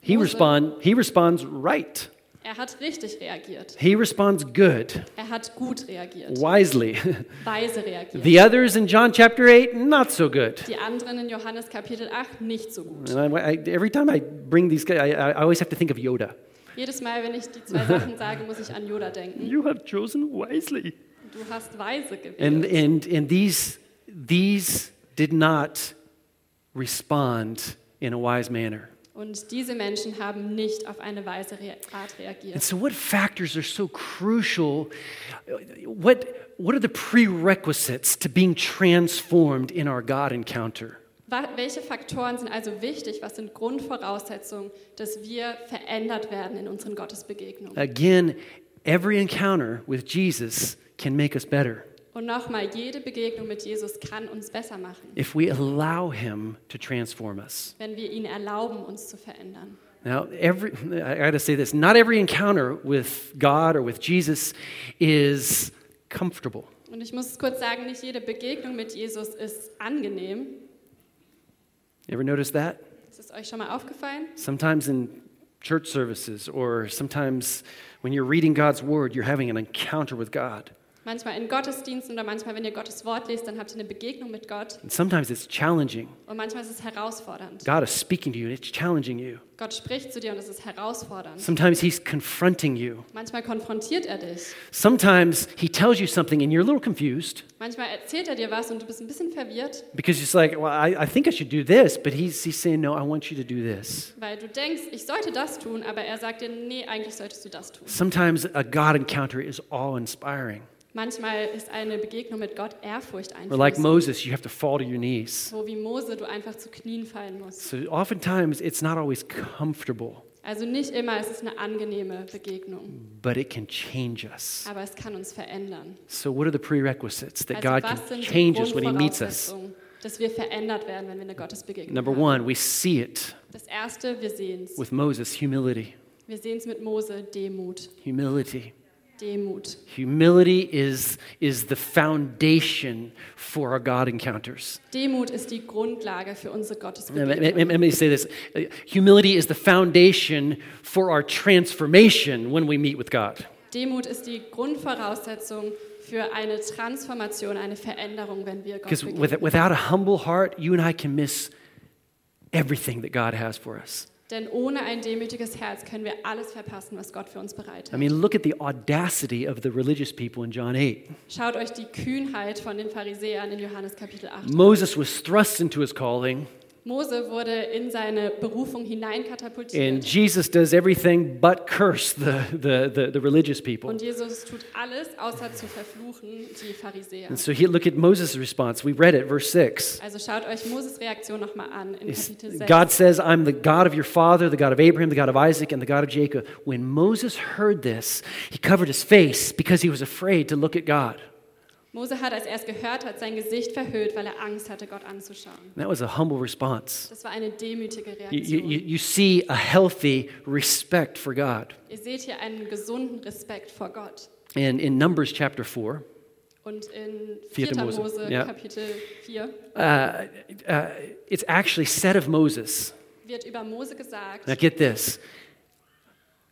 Speaker 2: he,
Speaker 1: Moses.
Speaker 2: respond, he responds right,
Speaker 1: Er hat richtig reagiert.
Speaker 2: he responds good,
Speaker 1: Er hat gut reagiert,
Speaker 2: wisely. <laughs>
Speaker 1: weise reagiert.
Speaker 2: the others in John chapter 8, not so good.
Speaker 1: Die anderen in Johannes Kapitel 8 nicht so gut.
Speaker 2: And I, I, every time I bring these guys, I, I I always have to think of Yoda.
Speaker 1: Jedes Mal, wenn ich die zwei Sachen sage, muss ich an Yoda denken.
Speaker 2: You have chosen wisely.
Speaker 1: Du hast weise gewählt.
Speaker 2: And, and, and these, these did not respond in a wise manner.
Speaker 1: Und diese Menschen haben nicht auf eine weise Re Art
Speaker 2: And
Speaker 1: reagiert.
Speaker 2: so, what factors are so crucial? What, what are the prerequisites to being transformed in our God encounter?
Speaker 1: Wa- Welche Faktoren sind also wichtig? Was sind Grundvoraussetzungen, dass wir verändert werden in unseren Gottesbegegnungen?
Speaker 2: Äh. Again, every encounter with Jesus can make us better
Speaker 1: Und nochmal, jede Begegnung mit Jesus kann uns besser machen,
Speaker 2: if we allow Him to transform us.
Speaker 1: wenn wir ihn erlauben, uns zu verändern.
Speaker 2: Now, every, I gotta say this not every encounter with God or with Jesus is comfortable.
Speaker 1: Und ich muss kurz sagen, nicht jede Begegnung mit Jesus ist angenehm.
Speaker 2: You ever notice that?
Speaker 1: Ist es euch schon mal aufgefallen?
Speaker 2: Sometimes in church services, or sometimes when you're reading God's word, you're having an encounter with God.
Speaker 1: Manchmal in Gottesdiensten oder manchmal, wenn ihr Gottes Wort lest, dann habt ihr eine Begegnung mit Gott
Speaker 2: And sometimes it's challenging.
Speaker 1: und manchmal ist es herausfordernd.
Speaker 2: God is speaking to you and it's challenging you.
Speaker 1: Gott spricht zu dir und es ist herausfordernd.
Speaker 2: Sometimes He's confronting you.
Speaker 1: Manchmal konfrontiert er dich.
Speaker 2: Sometimes He tells you something and you're a little confused
Speaker 1: Manchmal erzählt er dir was und du bist ein bisschen verwirrt,
Speaker 2: because it's like, well, I, I think I should do this, but he's, he's saying, no, I want you to do this.
Speaker 1: weil du denkst, ich sollte das tun, aber er sagt dir, nee, eigentlich solltest du das tun.
Speaker 2: Sometimes a God encounter is awe inspiring.
Speaker 1: Manchmal ist eine Begegnung mit Gott Ehrfurcht
Speaker 2: Or like
Speaker 1: einflößend,
Speaker 2: Moses, you have to fall to your knees.
Speaker 1: wo wie Mose du einfach zu Knien fallen musst.
Speaker 2: So oftentimes it's not always comfortable,
Speaker 1: Also nicht immer ist es eine angenehme Begegnung,
Speaker 2: but it can change us.
Speaker 1: aber es kann uns verändern.
Speaker 2: So, what are the prerequisites that
Speaker 1: Also
Speaker 2: God
Speaker 1: was
Speaker 2: can
Speaker 1: sind
Speaker 2: change
Speaker 1: die
Speaker 2: us when He meets us?
Speaker 1: Grundvoraussetzungen, dass wir verändert werden, wenn wir eine Gottesbegegnung
Speaker 2: Number
Speaker 1: haben?
Speaker 2: one, we see it
Speaker 1: Das erste, wir sehen es.
Speaker 2: with Moses humility.
Speaker 1: Wir sehen es mit Mose, Demut.
Speaker 2: Humility.
Speaker 1: Demut.
Speaker 2: Humility is, is the foundation for our God encounters.
Speaker 1: Demut ist die Grundlage für unsere
Speaker 2: Let me- let
Speaker 1: Gottesbegegnung.
Speaker 2: me- let me say this humility is the foundation for our transformation when we meet with God.
Speaker 1: Demut ist die Grundvoraussetzung für eine Transformation, eine Veränderung, wenn wir Gott
Speaker 2: Because
Speaker 1: begegnen.
Speaker 2: with, without a humble heart, you and I can miss everything that God has for us.
Speaker 1: Denn ohne ein demütiges Herz können wir alles verpassen, was Gott für uns bereitet.
Speaker 2: I mean, look at the audacity of the religious people in John 8.
Speaker 1: Schaut euch die Kühnheit von den Pharisäern in Johannes Kapitel 8.
Speaker 2: Moses was thrust into his calling,
Speaker 1: Mose wurde in seine Berufung
Speaker 2: and
Speaker 1: hineinkatapultiert.
Speaker 2: Jesus does everything but curse the, the, the, the religious people.
Speaker 1: Und Jesus tut alles, außer zu verfluchen, die Pharisäer.
Speaker 2: And so he, look at Moses' response. We read it, verse 6.
Speaker 1: Also schaut euch Moses Reaktion nochmal an in
Speaker 2: It's-
Speaker 1: Kapitel 6.
Speaker 2: God says, I'm the God of your father, the God of Abraham, the God of Isaac, and the God of Jacob. When Moses heard this, he covered his face because he was afraid to look at God.
Speaker 1: Mose hat, als er es gehört hat, sein Gesicht verhüllt, weil er Angst hatte, Gott anzuschauen.
Speaker 2: And that was a humble response.
Speaker 1: Das war eine demütige
Speaker 2: You, you,
Speaker 1: Reaktion.
Speaker 2: you you see a healthy respect for God.
Speaker 1: Ihr seht hier einen gesunden Respekt vor Gott.
Speaker 2: And in Numbers chapter 4,
Speaker 1: Und in 4.
Speaker 2: Vierte Mose,
Speaker 1: Mose,
Speaker 2: ja.
Speaker 1: Kapitel 4
Speaker 2: uh, uh, it's actually said of Moses,
Speaker 1: wird über Mose gesagt,
Speaker 2: now get this,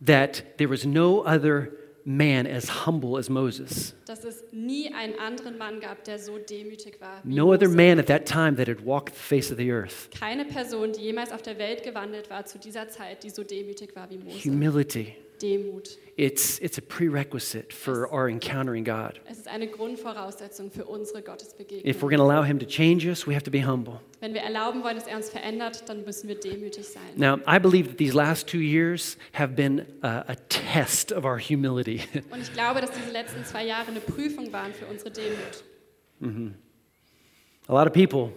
Speaker 2: that there was no other man as humble as Moses.
Speaker 1: dass es nie einen anderen Mann gab, der so demütig war. wie
Speaker 2: No other
Speaker 1: Mose.
Speaker 2: man at that time that had walked the face of the earth.
Speaker 1: Keine Person, die jemals auf der Welt gewandelt war zu dieser Zeit, die so demütig war wie Mose.
Speaker 2: Humility.
Speaker 1: Demut.
Speaker 2: It's, it's a prerequisite for our encountering God.
Speaker 1: Es ist eine Grundvoraussetzung für unsere
Speaker 2: If
Speaker 1: Gottesbegegnung.
Speaker 2: we're going to allow Him to change us, we have to be humble.
Speaker 1: Wenn wir erlauben wollen, dass er uns verändert, dann müssen wir demütig sein.
Speaker 2: Now, I believe that these last two years have been uh, a test of our humility. <laughs>
Speaker 1: Und ich glaube, dass diese letzten zwei Jahre eine Prüfung waren für unsere Demut.
Speaker 2: a lot of people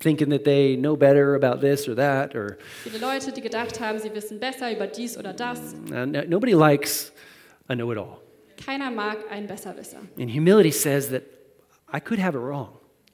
Speaker 2: thinking that they know better about this or that, or
Speaker 1: Viele Leute, die gedacht haben, sie wissen besser über dies oder das.
Speaker 2: uh, n- nobody likes a know it all.
Speaker 1: Keiner mag einen Besserwisser.
Speaker 2: And humility says that I could have it wrong.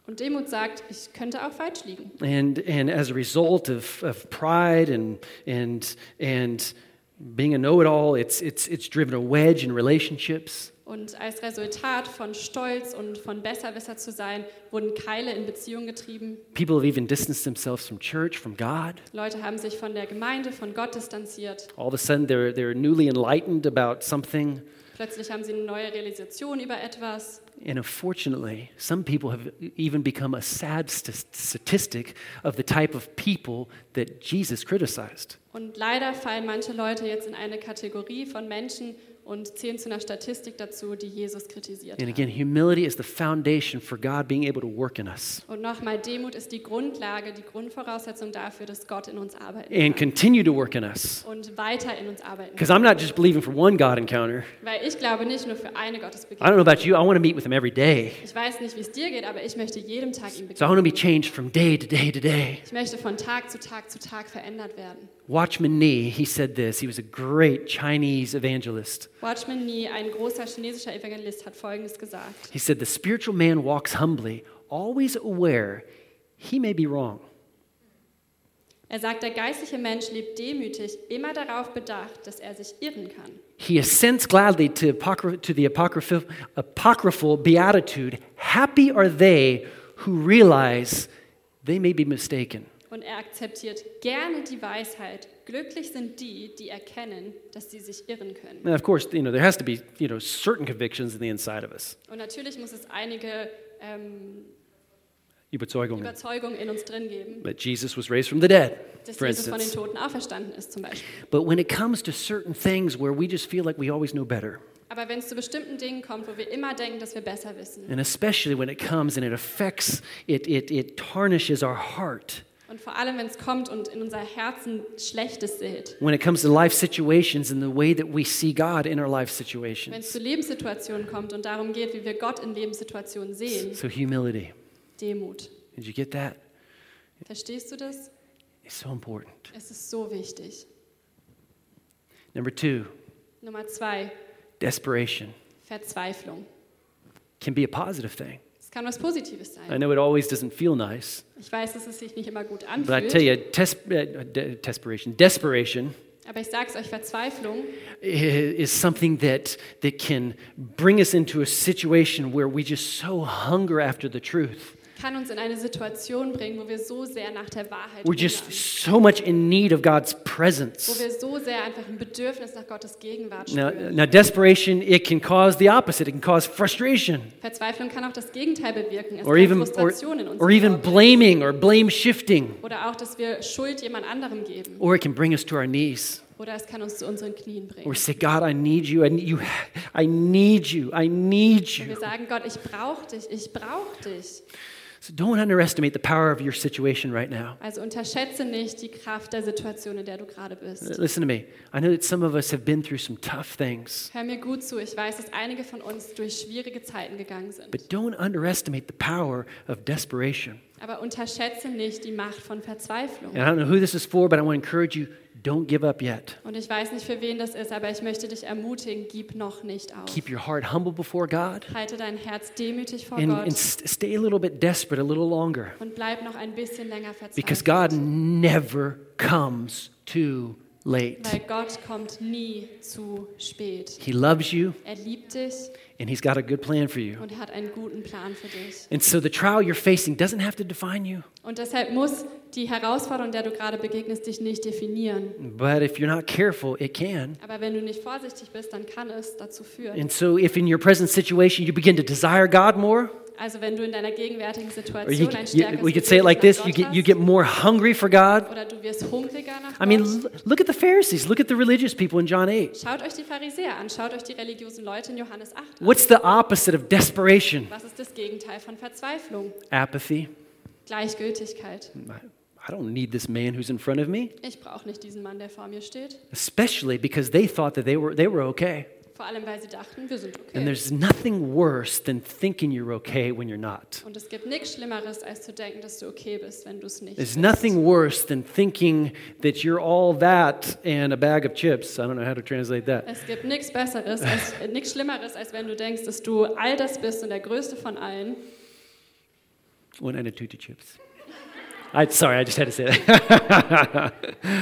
Speaker 1: Und Demut sagt, ich könnte auch falsch liegen.
Speaker 2: And, and as a result of, of pride and, and, and being a know it all, it's, it's, it's driven a wedge in relationships.
Speaker 1: Und als Resultat von Stolz und von Besserwisser zu sein, wurden Keile in Beziehungen getrieben.
Speaker 2: People have even distanced themselves from church, from God.
Speaker 1: Leute haben sich von der Gemeinde, von Gott distanziert.
Speaker 2: All of a sudden, they're, they're newly enlightened about something.
Speaker 1: Plötzlich haben sie eine neue Realisation über etwas.
Speaker 2: And unfortunately, some people have even become a sad st- statistic of the type of people that Jesus criticized.
Speaker 1: Und leider fallen manche Leute jetzt in eine Kategorie von Menschen und zählen zu einer Statistik dazu, die Jesus kritisiert
Speaker 2: And
Speaker 1: hat.
Speaker 2: again, humility is the foundation for God being able to work in us
Speaker 1: Und nochmal, Demut ist die Grundlage, die Grundvoraussetzung dafür, dass Gott in uns arbeiten
Speaker 2: and
Speaker 1: kann
Speaker 2: continue to work in us.
Speaker 1: und weiter in uns arbeiten
Speaker 2: Because
Speaker 1: kann.
Speaker 2: I'm not just believing for one God encounter.
Speaker 1: Weil ich glaube nicht nur für eine
Speaker 2: I don't know
Speaker 1: Gottesbegegnung.
Speaker 2: about you, I want to meet with Him every day.
Speaker 1: Ich weiß nicht, wie es dir geht, aber ich möchte jedem Tag ihm
Speaker 2: So I
Speaker 1: begegnen.
Speaker 2: want to be changed from day to day to day.
Speaker 1: Ich möchte von Tag zu Tag zu Tag verändert werden.
Speaker 2: Watchman Nee, he said this. He was a great Chinese evangelist.
Speaker 1: Watchman Nee, ein großer chinesischer Evangelist, hat Folgendes gesagt.
Speaker 2: He said, The spiritual man walks humbly, always aware he may be wrong.
Speaker 1: Er sagt, der geistliche Mensch lebt demütig, immer darauf bedacht, dass er sich irren kann.
Speaker 2: He assents gladly to, apocry- to the apocryphal, apocryphal beatitude Happy are they who realize they may be mistaken.
Speaker 1: und er akzeptiert gerne die Weisheit. Glücklich sind die, die erkennen, dass sie sich irren können.
Speaker 2: And of course, you know, there has to be, you know, certain convictions in the inside of us.
Speaker 1: Und natürlich muss es einige ähm,
Speaker 2: Überzeugungen.
Speaker 1: Überzeugungen in uns drin geben,
Speaker 2: That Jesus was raised from the dead,
Speaker 1: dass
Speaker 2: for
Speaker 1: Jesus von den
Speaker 2: instance.
Speaker 1: Toten auferstanden ist zum Beispiel.
Speaker 2: But when it comes to certain things where we just feel like we always know better,
Speaker 1: Aber wenn es zu bestimmten Dingen kommt, wo wir immer denken, dass wir besser wissen
Speaker 2: and especially when it comes and it affects, it, it, it tarnishes our heart.
Speaker 1: und vor allem wenn es kommt und in unser Herzen Schlechtes sät,
Speaker 2: When it comes to life situations and the way that we see God in our
Speaker 1: wenn
Speaker 2: life
Speaker 1: es
Speaker 2: situations.
Speaker 1: zu Lebenssituationen kommt und darum geht, wie wir Gott in Lebenssituationen sehen,
Speaker 2: So, humility.
Speaker 1: Demut.
Speaker 2: Did you get that?
Speaker 1: Verstehst du das?
Speaker 2: It's so important.
Speaker 1: Es ist so wichtig.
Speaker 2: Number two,
Speaker 1: Nummer zwei,
Speaker 2: desperation
Speaker 1: Verzweiflung.
Speaker 2: can be a positive thing.
Speaker 1: Es kann was Positives
Speaker 2: I
Speaker 1: sein.
Speaker 2: know it always doesn't feel nice,
Speaker 1: Ich weiß, dass es sich nicht immer gut
Speaker 2: but I tell
Speaker 1: anfühlt,
Speaker 2: you, tes- uh, de- desperation, desperation
Speaker 1: aber ich sage es euch, Verzweiflung
Speaker 2: i- is something that, that can bring us into a situation where we just so hunger after the truth.
Speaker 1: kann uns in eine Situation bringen, wo wir so sehr nach der Wahrheit
Speaker 2: We're
Speaker 1: hungern,
Speaker 2: just so much in need of God's
Speaker 1: wo
Speaker 2: presence.
Speaker 1: wir so sehr einfach ein Bedürfnis nach Gottes Gegenwart
Speaker 2: Now,
Speaker 1: spüren.
Speaker 2: now, desperation, it can cause the opposite. It can cause frustration
Speaker 1: Verzweiflung kann auch das Gegenteil bewirken. Es
Speaker 2: uh, or
Speaker 1: kann
Speaker 2: even, or,
Speaker 1: Frustration in uns
Speaker 2: or even
Speaker 1: bewirken.
Speaker 2: blaming or blame shifting,
Speaker 1: Oder auch, dass wir Schuld jemand anderem geben.
Speaker 2: or it can bring us to our knees.
Speaker 1: Oder es kann uns zu unseren Knien bringen.
Speaker 2: Or we say, God, I need you. I need you. <sighs> I need you. I need
Speaker 1: Und wir
Speaker 2: you.
Speaker 1: sagen, Gott, ich brauche dich, ich brauche dich.
Speaker 2: So don't underestimate the power of your situation right now.
Speaker 1: Also unterschätze nicht die Kraft der Situation, in der du gerade bist.
Speaker 2: Listen to me. I know that some of us have been through some tough things,
Speaker 1: Hör mir gut zu, ich weiß, dass einige von uns durch schwierige Zeiten gegangen sind.
Speaker 2: but don't underestimate the power of desperation.
Speaker 1: Aber unterschätze nicht die Macht von Verzweiflung.
Speaker 2: And I don't know who this is for, but I want to encourage you don't give up yet.
Speaker 1: Und ich weiß nicht, für wen das ist, aber ich möchte dich ermutigen, gib noch nicht auf.
Speaker 2: Keep your heart humble before God
Speaker 1: Halte dein Herz demütig vor
Speaker 2: and, and
Speaker 1: Gott
Speaker 2: st- stay a little bit desperate a little longer
Speaker 1: und bleib noch ein bisschen länger
Speaker 2: because
Speaker 1: verzweifelt.
Speaker 2: God never comes too
Speaker 1: Weil
Speaker 2: late.
Speaker 1: Gott kommt nie zu spät.
Speaker 2: He loves you
Speaker 1: Er liebt dich
Speaker 2: and He's got a good plan for you.
Speaker 1: und er hat einen guten Plan für dich.
Speaker 2: And so the trial you're facing doesn't have to define you.
Speaker 1: Und deshalb muss die Herausforderung, der du gerade begegnest, dich nicht definieren.
Speaker 2: But if you're not careful, it can.
Speaker 1: Aber wenn du nicht vorsichtig bist, dann kann es dazu führen.
Speaker 2: And so if in your present situation you begin to desire God more,
Speaker 1: Also wenn du in deiner gegenwärtigen
Speaker 2: or you,
Speaker 1: Situation ein
Speaker 2: you,
Speaker 1: stärkeres
Speaker 2: we could say it like
Speaker 1: Bedürfnis
Speaker 2: this,
Speaker 1: nach
Speaker 2: you
Speaker 1: Gott
Speaker 2: get, you get more hungry for God.
Speaker 1: hast, oder du wirst hungriger nach
Speaker 2: I mean,
Speaker 1: Gott.
Speaker 2: l- look at the Pharisees, look at the religious people in John 8.
Speaker 1: Schaut euch die Pharisäer an, schaut euch die religiösen Leute in Johannes 8 an.
Speaker 2: What's the opposite of desperation?
Speaker 1: Was ist das Gegenteil von Verzweiflung?
Speaker 2: Apathy.
Speaker 1: Gleichgültigkeit.
Speaker 2: I I don't need this man who's in front of me,
Speaker 1: Ich brauche nicht diesen Mann, der vor mir steht.
Speaker 2: especially because they thought that they were, they were okay.
Speaker 1: Vor allem, weil sie dachten, wir sind
Speaker 2: And
Speaker 1: okay.
Speaker 2: there's nothing worse than thinking you're okay when you're not.
Speaker 1: Und es gibt nichts Schlimmeres, als zu denken, dass du okay bist, wenn du es nicht
Speaker 2: There's
Speaker 1: bist.
Speaker 2: nothing worse than thinking that you're all that and a bag of chips. I don't know how to translate that.
Speaker 1: Es gibt nichts Besseres, als, äh, nichts Schlimmeres, als wenn du denkst, dass du all das bist und der Größte von allen.
Speaker 2: One and a tutti chips. I, sorry, I just had to say that. <laughs>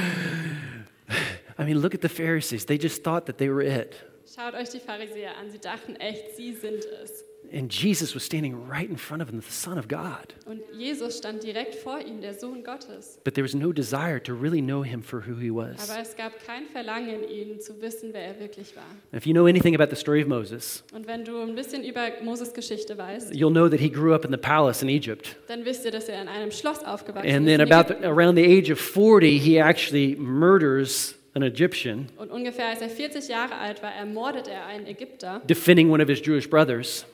Speaker 2: I mean, look at the Pharisees. They just thought that they were it.
Speaker 1: Schaut euch die Pharisäer an. Sie dachten echt, sie sind es.
Speaker 2: And Jesus was standing right in front of them, the Son of God.
Speaker 1: Und Jesus stand direkt vor ihnen, der Sohn Gottes.
Speaker 2: But there was no desire to really know him for who he was.
Speaker 1: Aber es gab kein Verlangen in ihnen, zu wissen, wer er wirklich war.
Speaker 2: And if you know anything about the story of Moses,
Speaker 1: Und wenn du ein bisschen über Moses Geschichte weißt,
Speaker 2: you'll know that he grew up in the palace in Egypt.
Speaker 1: dann wisst ihr, dass er in einem Schloss aufgewachsen
Speaker 2: And
Speaker 1: ist.
Speaker 2: then
Speaker 1: in
Speaker 2: about
Speaker 1: Ägypten.
Speaker 2: the, around the age of 40, he actually murders an Egyptian,
Speaker 1: und ungefähr als er 40 Jahre alt war, ermordet er einen Ägypter,
Speaker 2: defending one of his Jewish brothers.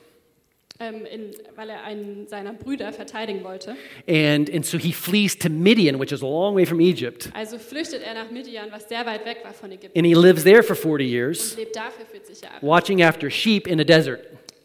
Speaker 1: ähm, in, weil er einen seiner Brüder verteidigen wollte.
Speaker 2: And, and so he flees to Midian, which is a long way from Egypt.
Speaker 1: Also flüchtet er nach Midian, was sehr weit weg war von Ägypten,
Speaker 2: And he lives there for 40
Speaker 1: und
Speaker 2: years,
Speaker 1: lebt da für 40 Jahre
Speaker 2: watching after sheep in a desert.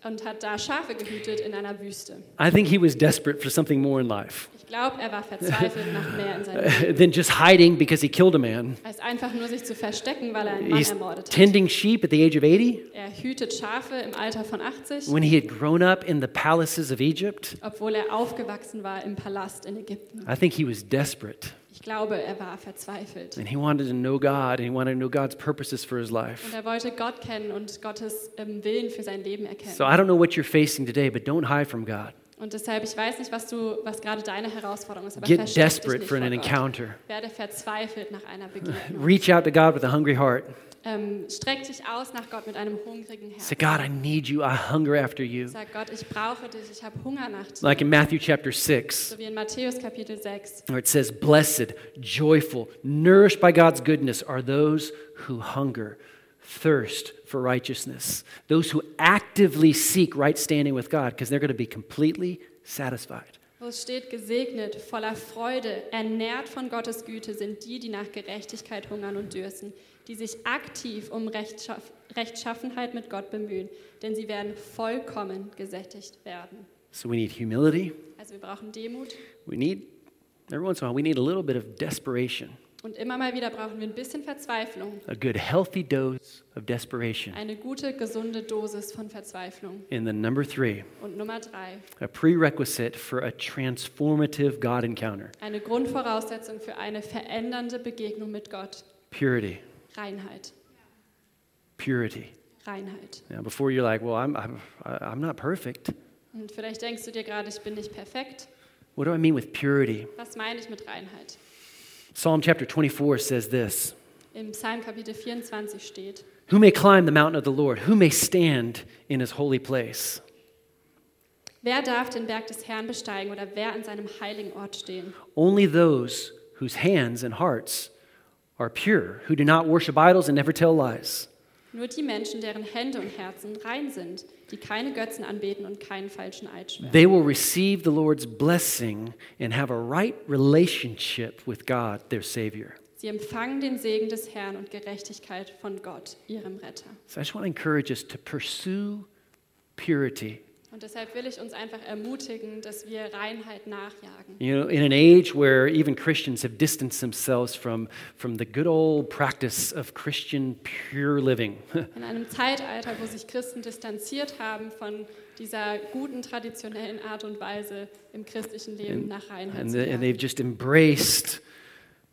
Speaker 1: und hat da Schafe gehütet in einer Wüste.
Speaker 2: I think he was desperate for something more in life <laughs>
Speaker 1: Ich glaube, er war verzweifelt nach mehr in seinem Leben,
Speaker 2: than just hiding because he killed a man.
Speaker 1: als einfach nur sich zu verstecken, weil er einen Mann
Speaker 2: He's
Speaker 1: ermordet hat.
Speaker 2: tending sheep at the age of 80
Speaker 1: Er hütet Schafe im Alter von 80,
Speaker 2: when he had grown up in the palaces of Egypt.
Speaker 1: obwohl er aufgewachsen war im Palast in Ägypten.
Speaker 2: I think he was desperate
Speaker 1: Ich glaube, er war verzweifelt.
Speaker 2: and he wanted to know God and he wanted to know God's purposes for his
Speaker 1: Und
Speaker 2: life.
Speaker 1: er wollte Gott kennen und Gottes ähm, Willen für sein Leben erkennen.
Speaker 2: So I don't know what you're facing today, but don't hide from God.
Speaker 1: Und deshalb, ich weiß nicht, was, du, was gerade deine Herausforderung ist, aber
Speaker 2: Get
Speaker 1: versteck dich
Speaker 2: desperate
Speaker 1: nicht
Speaker 2: for an
Speaker 1: vor Gott.
Speaker 2: encounter.
Speaker 1: Werde verzweifelt nach einer Begegnung.
Speaker 2: Reach out to God with a hungry heart.
Speaker 1: Ähm, streck dich aus nach Gott mit einem hungrigen
Speaker 2: Say,
Speaker 1: Herzen.
Speaker 2: God, I need you. I hunger after you.
Speaker 1: Sag Gott, ich brauche dich, ich habe Hunger nach dir.
Speaker 2: Like in Matthew chapter 6,
Speaker 1: So wie in Matthäus Kapitel 6.
Speaker 2: where it says, Blessed, joyful, nourished by God's goodness are those who hunger, thirst for righteousness, those who actively seek right standing with God, because they're going to be completely satisfied.
Speaker 1: Wo es steht, gesegnet, voller Freude, ernährt von Gottes Güte sind die, die nach Gerechtigkeit hungern und dürsten, die sich aktiv um Rechtschaff Rechtschaffenheit mit Gott bemühen, denn sie werden vollkommen gesättigt werden.
Speaker 2: So we need humility.
Speaker 1: Also wir brauchen Demut
Speaker 2: We need, every once in a while, we need a little bit of desperation,
Speaker 1: und immer mal wieder brauchen wir ein bisschen Verzweiflung,
Speaker 2: a good, healthy dose of desperation.
Speaker 1: eine gute, gesunde Dosis von Verzweiflung.
Speaker 2: And then number three,
Speaker 1: Und Nummer drei,
Speaker 2: a prerequisite for a transformative God encounter
Speaker 1: eine Grundvoraussetzung für eine verändernde Begegnung mit Gott,
Speaker 2: purity.
Speaker 1: Reinheit,
Speaker 2: Purity.
Speaker 1: Reinheit.
Speaker 2: Now, before you're like, well, I'm, I'm, I'm not perfect.
Speaker 1: Und vielleicht denkst du dir gerade, ich bin nicht perfekt.
Speaker 2: What do I mean with purity?
Speaker 1: Was meine ich mit Reinheit?
Speaker 2: Psalm chapter 24 says this
Speaker 1: Im Psalm Kapitel 24 steht,
Speaker 2: Who may climb the mountain of the Lord? Who may stand in his holy place?
Speaker 1: wer darf den Berg des Herrn besteigen oder wer an seinem heiligen Ort stehen?
Speaker 2: Only those whose hands and hearts are pure, who do not worship idols and never tell lies.
Speaker 1: Nur die Menschen, deren Hände und Herzen rein sind, die keine Götzen anbeten und keinen falschen Eid schwören.
Speaker 2: They will receive the Lord's blessing and have a right relationship with God, their Savior.
Speaker 1: Sie empfangen den Segen des Herrn und Gerechtigkeit von Gott, ihrem Retter.
Speaker 2: So I just want to encourage us to pursue purity.
Speaker 1: Und deshalb will ich uns einfach ermutigen, dass wir Reinheit nachjagen.
Speaker 2: You know, in an age where even Christians have distanced themselves from, from the good old practice of Christian pure living, <laughs>
Speaker 1: In einem Zeitalter, wo sich Christen distanziert haben von dieser guten traditionellen Art und Weise, im christlichen Leben nach Reinheit
Speaker 2: and,
Speaker 1: zu
Speaker 2: the, and
Speaker 1: jagen.
Speaker 2: they've just embraced,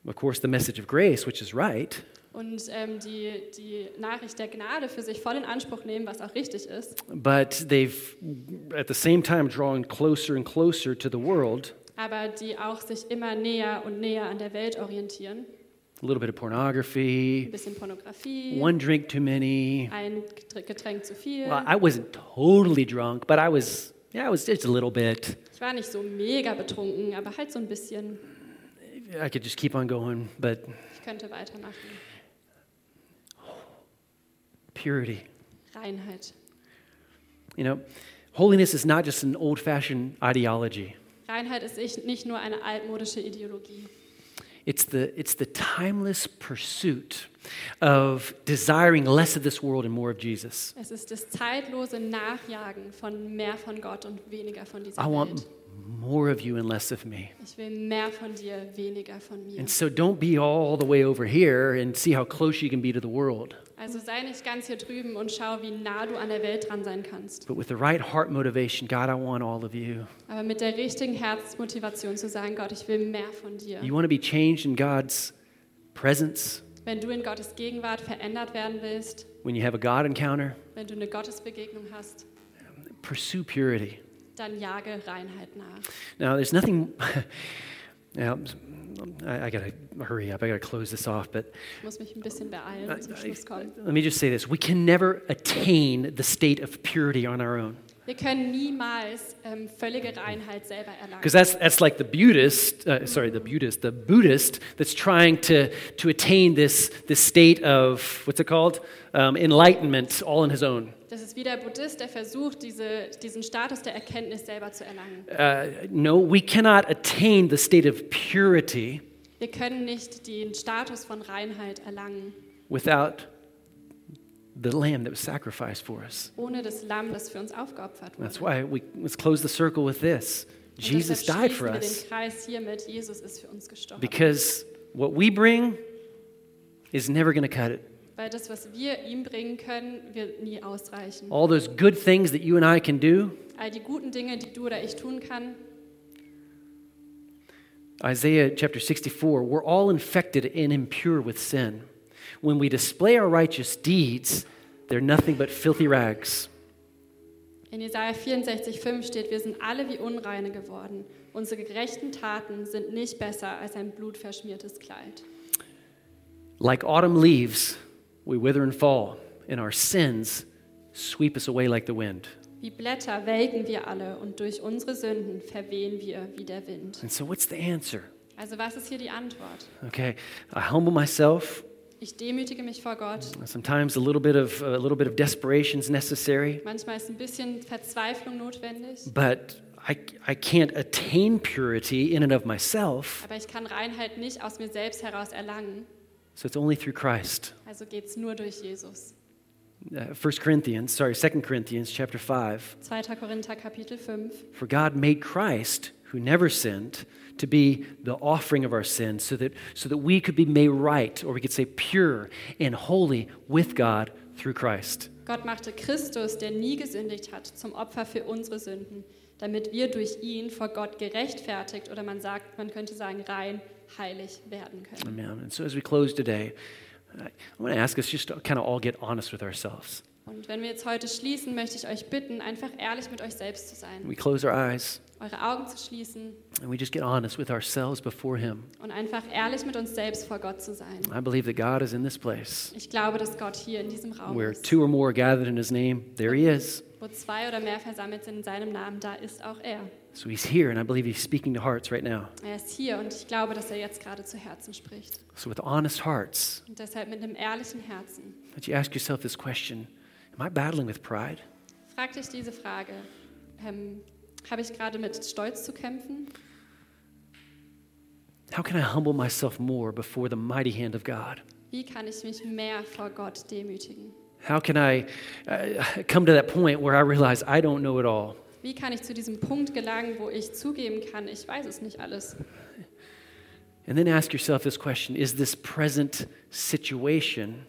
Speaker 2: of course, the message of grace, which is right,
Speaker 1: und ähm, die, die Nachricht der Gnade für sich voll in Anspruch nehmen, was auch richtig ist,
Speaker 2: but they've at the same time drawn closer and closer to the world.
Speaker 1: aber die auch sich immer näher und näher an der Welt orientieren.
Speaker 2: A little bit of pornography,
Speaker 1: Ein bisschen Pornografie,
Speaker 2: one drink too many.
Speaker 1: ein Getr- Getränk zu viel.
Speaker 2: Well, I wasn't totally drunk, but I was, yeah, I was just a little bit.
Speaker 1: Ich war nicht so mega betrunken, aber halt so ein bisschen.
Speaker 2: I could just keep on going, but
Speaker 1: Ich könnte weitermachen.
Speaker 2: purity.
Speaker 1: Reinheit.
Speaker 2: You know, holiness is not just an old fashioned ideology,
Speaker 1: Reinheit ist ich- nicht nur eine altmodische Ideologie.
Speaker 2: it's the, it's the timeless pursuit of desiring less of this world and more of Jesus.
Speaker 1: Es ist das zeitlose Nachjagen von mehr von Gott und weniger von dieser
Speaker 2: I want
Speaker 1: Welt.
Speaker 2: more of you and less of me.
Speaker 1: Ich will mehr von dir, weniger von mir.
Speaker 2: And so don't be all the way over here and see how close you can be to the world.
Speaker 1: Also sei nicht ganz hier drüben und schau, wie nah du an der Welt dran sein kannst.
Speaker 2: But with the right heart motivation, God, I want all of you.
Speaker 1: Aber mit der richtigen Herzmotivation zu sagen, Gott, ich will mehr von dir.
Speaker 2: You want to be changed in God's presence
Speaker 1: Wenn du in Gottes Gegenwart verändert werden willst,
Speaker 2: when you have a God encounter?
Speaker 1: wenn du eine Gottesbegegnung hast,
Speaker 2: Pursue purity.
Speaker 1: dann jage Reinheit nach.
Speaker 2: Now, there's nothing. <laughs> now, I, I gotta hurry up. I gotta close this off. But
Speaker 1: Ich muss mich ein bisschen beeilen
Speaker 2: I-
Speaker 1: und zum
Speaker 2: I-
Speaker 1: Schluss kommen.
Speaker 2: let me just say this: we can never attain the state of purity on our own,
Speaker 1: Wir können niemals ähm, völlige Reinheit selber erlangen.
Speaker 2: because that's that's like the Buddhist. Uh, sorry, the Buddhist. The Buddhist that's trying to to attain this this state of what's it called um, enlightenment all on his own.
Speaker 1: Das ist wie der Buddhist, der versucht, diese, diesen Status der Erkenntnis selber zu erlangen.
Speaker 2: Uh, no, we cannot attain the state of purity
Speaker 1: Wir können nicht den Status von Reinheit erlangen,
Speaker 2: without the lamb that was sacrificed for us.
Speaker 1: ohne das Lamm, das für uns aufgeopfert wurde.
Speaker 2: That's why we let's close the circle with this.
Speaker 1: Und
Speaker 2: Jesus
Speaker 1: deshalb
Speaker 2: died
Speaker 1: schließen
Speaker 2: for
Speaker 1: wir
Speaker 2: us
Speaker 1: Den Kreis hiermit, Jesus ist für uns gestorben.
Speaker 2: because what we bring is never going to cut it.
Speaker 1: Weil das, was wir ihm bringen können, wird nie ausreichen.
Speaker 2: All those good things that you and I can do,
Speaker 1: All die guten Dinge, die du oder ich tun kann,
Speaker 2: Isaiah chapter 64, we're all infected and impure with sin. When we display our righteous deeds, they're nothing but filthy rags.
Speaker 1: In Jesaja 64,5 steht: Wir sind alle wie Unreine geworden. Unsere gerechten Taten sind nicht besser als ein blutverschmiertes Kleid.
Speaker 2: Like autumn leaves, we wither and fall, and our sins sweep us away like the wind.
Speaker 1: Wie Blätter welken wir alle und durch unsere Sünden verwehen wir wie der Wind.
Speaker 2: And so, what's the answer?
Speaker 1: Also, was ist hier die Antwort?
Speaker 2: Okay, I humble myself.
Speaker 1: Ich demütige mich vor Gott.
Speaker 2: Sometimes a little bit of a little bit of desperation is necessary,
Speaker 1: Manchmal ist ein bisschen Verzweiflung notwendig,
Speaker 2: but I, I can't attain purity in and of myself.
Speaker 1: aber ich kann Reinheit nicht aus mir selbst heraus erlangen.
Speaker 2: So it's only through Christ.
Speaker 1: Also geht es nur durch Jesus.
Speaker 2: Uh, 1 Corinthians, sorry, 2 Corinthians chapter 5.
Speaker 1: 2. Korinther Kapitel 5.
Speaker 2: For God made Christ, who never sinned, to be the offering of our sins so that, so that we could be made right, or we could say pure and holy with God through Christ.
Speaker 1: Gott machte Christus, der nie gesündigt hat, zum Opfer für unsere Sünden, damit wir durch ihn vor Gott gerechtfertigt oder man sagt, man könnte sagen, rein heilig werden können.
Speaker 2: Amen. And so as we close today, I want to ask us just to kind of all get honest with ourselves.
Speaker 1: Und wenn wir jetzt heute schließen, möchte ich euch bitten, einfach ehrlich mit euch selbst zu sein,
Speaker 2: We close our eyes
Speaker 1: eure Augen zu schließen
Speaker 2: and we just get honest with ourselves before Him.
Speaker 1: und einfach ehrlich mit uns selbst vor Gott zu sein.
Speaker 2: I believe that God is in this place
Speaker 1: Ich glaube, dass Gott hier in diesem Raum
Speaker 2: where
Speaker 1: ist.
Speaker 2: two or more are gathered in His name, there He is.
Speaker 1: Wo zwei oder mehr versammelt sind in seinem Namen, da ist auch er.
Speaker 2: So He's here, and I believe He's speaking to hearts right now.
Speaker 1: Er ist hier und ich glaube, dass er jetzt gerade zu Herzen spricht.
Speaker 2: So, with honest hearts,
Speaker 1: Und deshalb mit einem ehrlichen Herzen.
Speaker 2: But you ask yourself this question Am I battling with pride?
Speaker 1: Frag dich diese Frage. Ähm, habe ich gerade mit Stolz zu kämpfen?
Speaker 2: How can I humble myself more before the mighty hand of God?
Speaker 1: Wie kann ich mich mehr vor Gott demütigen?
Speaker 2: How can I uh, come to that point where I realize I don't know it all?
Speaker 1: Wie kann ich zu diesem Punkt gelangen, wo ich zugeben kann, ich weiß es nicht alles?
Speaker 2: And then ask yourself this question Is this present situation,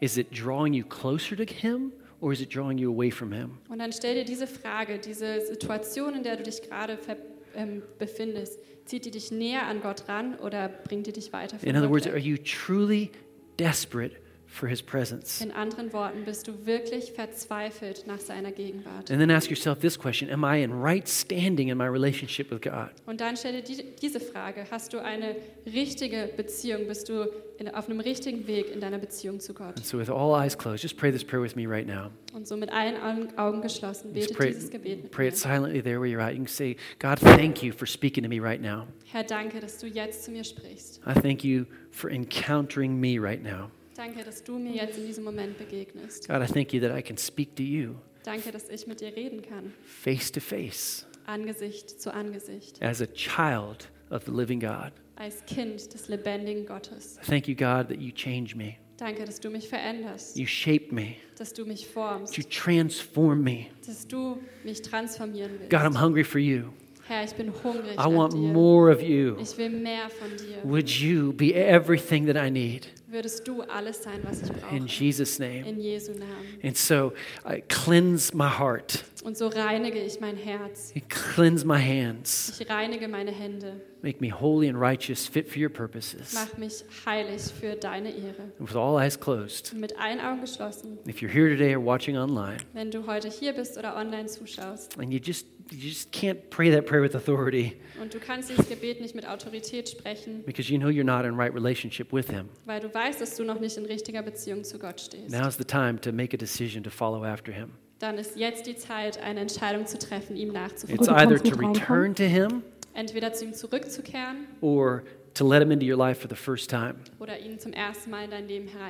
Speaker 2: is it drawing you closer to Him or is it drawing you away from Him?
Speaker 1: Und dann stell dir diese Frage, diese Situation, in der du dich gerade ver- ähm, befindest, zieht die dich näher an Gott ran oder bringt die dich weiter von
Speaker 2: In other
Speaker 1: Gott
Speaker 2: words,
Speaker 1: weg?
Speaker 2: are you truly desperate for His presence?
Speaker 1: In anderen Worten, bist du wirklich verzweifelt nach seiner Gegenwart.
Speaker 2: And then ask yourself this question Am I in right standing in my relationship with God?
Speaker 1: Und dann stelle dir die- diese Frage, hast du eine richtige Beziehung, bist du in, auf einem richtigen Weg in deiner Beziehung zu Gott?
Speaker 2: And so, with all eyes closed, just pray this prayer with me right now.
Speaker 1: Und so mit allen Augen- Augen geschlossen,
Speaker 2: Just
Speaker 1: bete
Speaker 2: pray,
Speaker 1: dieses Gebet mit
Speaker 2: pray
Speaker 1: mir.
Speaker 2: it silently there where you're at. You can say, God, thank you for speaking to me right now.
Speaker 1: Herr, danke, dass du jetzt zu mir sprichst.
Speaker 2: I thank you for encountering me right now.
Speaker 1: Danke, dass du mir jetzt in diesem Moment begegnest.
Speaker 2: God, I thank you that I can speak to you
Speaker 1: Danke, dass ich mit dir reden kann,
Speaker 2: face to face
Speaker 1: Angesicht zu Angesicht,
Speaker 2: as a child of the living God.
Speaker 1: als Kind des lebendigen Gottes.
Speaker 2: I thank you, God, that you change me,
Speaker 1: Danke, dass du mich veränderst,
Speaker 2: you shape me,
Speaker 1: dass du mich
Speaker 2: that you
Speaker 1: formst,
Speaker 2: transform me.
Speaker 1: dass du mich transformieren willst.
Speaker 2: God, I'm hungry for you.
Speaker 1: Herr, ich bin hungrig
Speaker 2: I
Speaker 1: nach
Speaker 2: want
Speaker 1: dir.
Speaker 2: more of you.
Speaker 1: Ich will mehr von dir.
Speaker 2: Would you be everything that I need?
Speaker 1: würdest du alles sein, was ich
Speaker 2: In
Speaker 1: brauche.
Speaker 2: Jesus' name.
Speaker 1: In Jesu Namen.
Speaker 2: And so, I cleanse my heart.
Speaker 1: Und so reinige ich mein Herz.
Speaker 2: And cleanse my hands.
Speaker 1: Ich reinige meine Hände.
Speaker 2: Make me holy and righteous, fit for your purposes.
Speaker 1: Mach mich heilig für deine Ehre.
Speaker 2: And with all eyes closed,
Speaker 1: Und Mit allen Augen geschlossen.
Speaker 2: if you're here today or watching online
Speaker 1: Wenn du heute hier bist oder online zuschaust
Speaker 2: and you just you just can't pray that prayer with authority
Speaker 1: und du kannst dieses Gebet nicht mit Autorität sprechen,
Speaker 2: because you know you're not in right relationship with him.
Speaker 1: weil du weißt, dass du noch nicht in richtiger Beziehung zu Gott stehst,
Speaker 2: Now's the time to make a decision to follow after him.
Speaker 1: dann ist jetzt die Zeit, eine Entscheidung zu treffen, ihm
Speaker 2: It's
Speaker 1: nachzufolgen.
Speaker 3: Oder kannst
Speaker 2: either
Speaker 3: mit
Speaker 2: to
Speaker 3: reinkommen.
Speaker 2: return to him
Speaker 1: Entweder zu ihm zurückzukehren
Speaker 2: or to let him into your life for the first time.
Speaker 1: oder ihn zum ersten Mal in dein Leben
Speaker 2: And all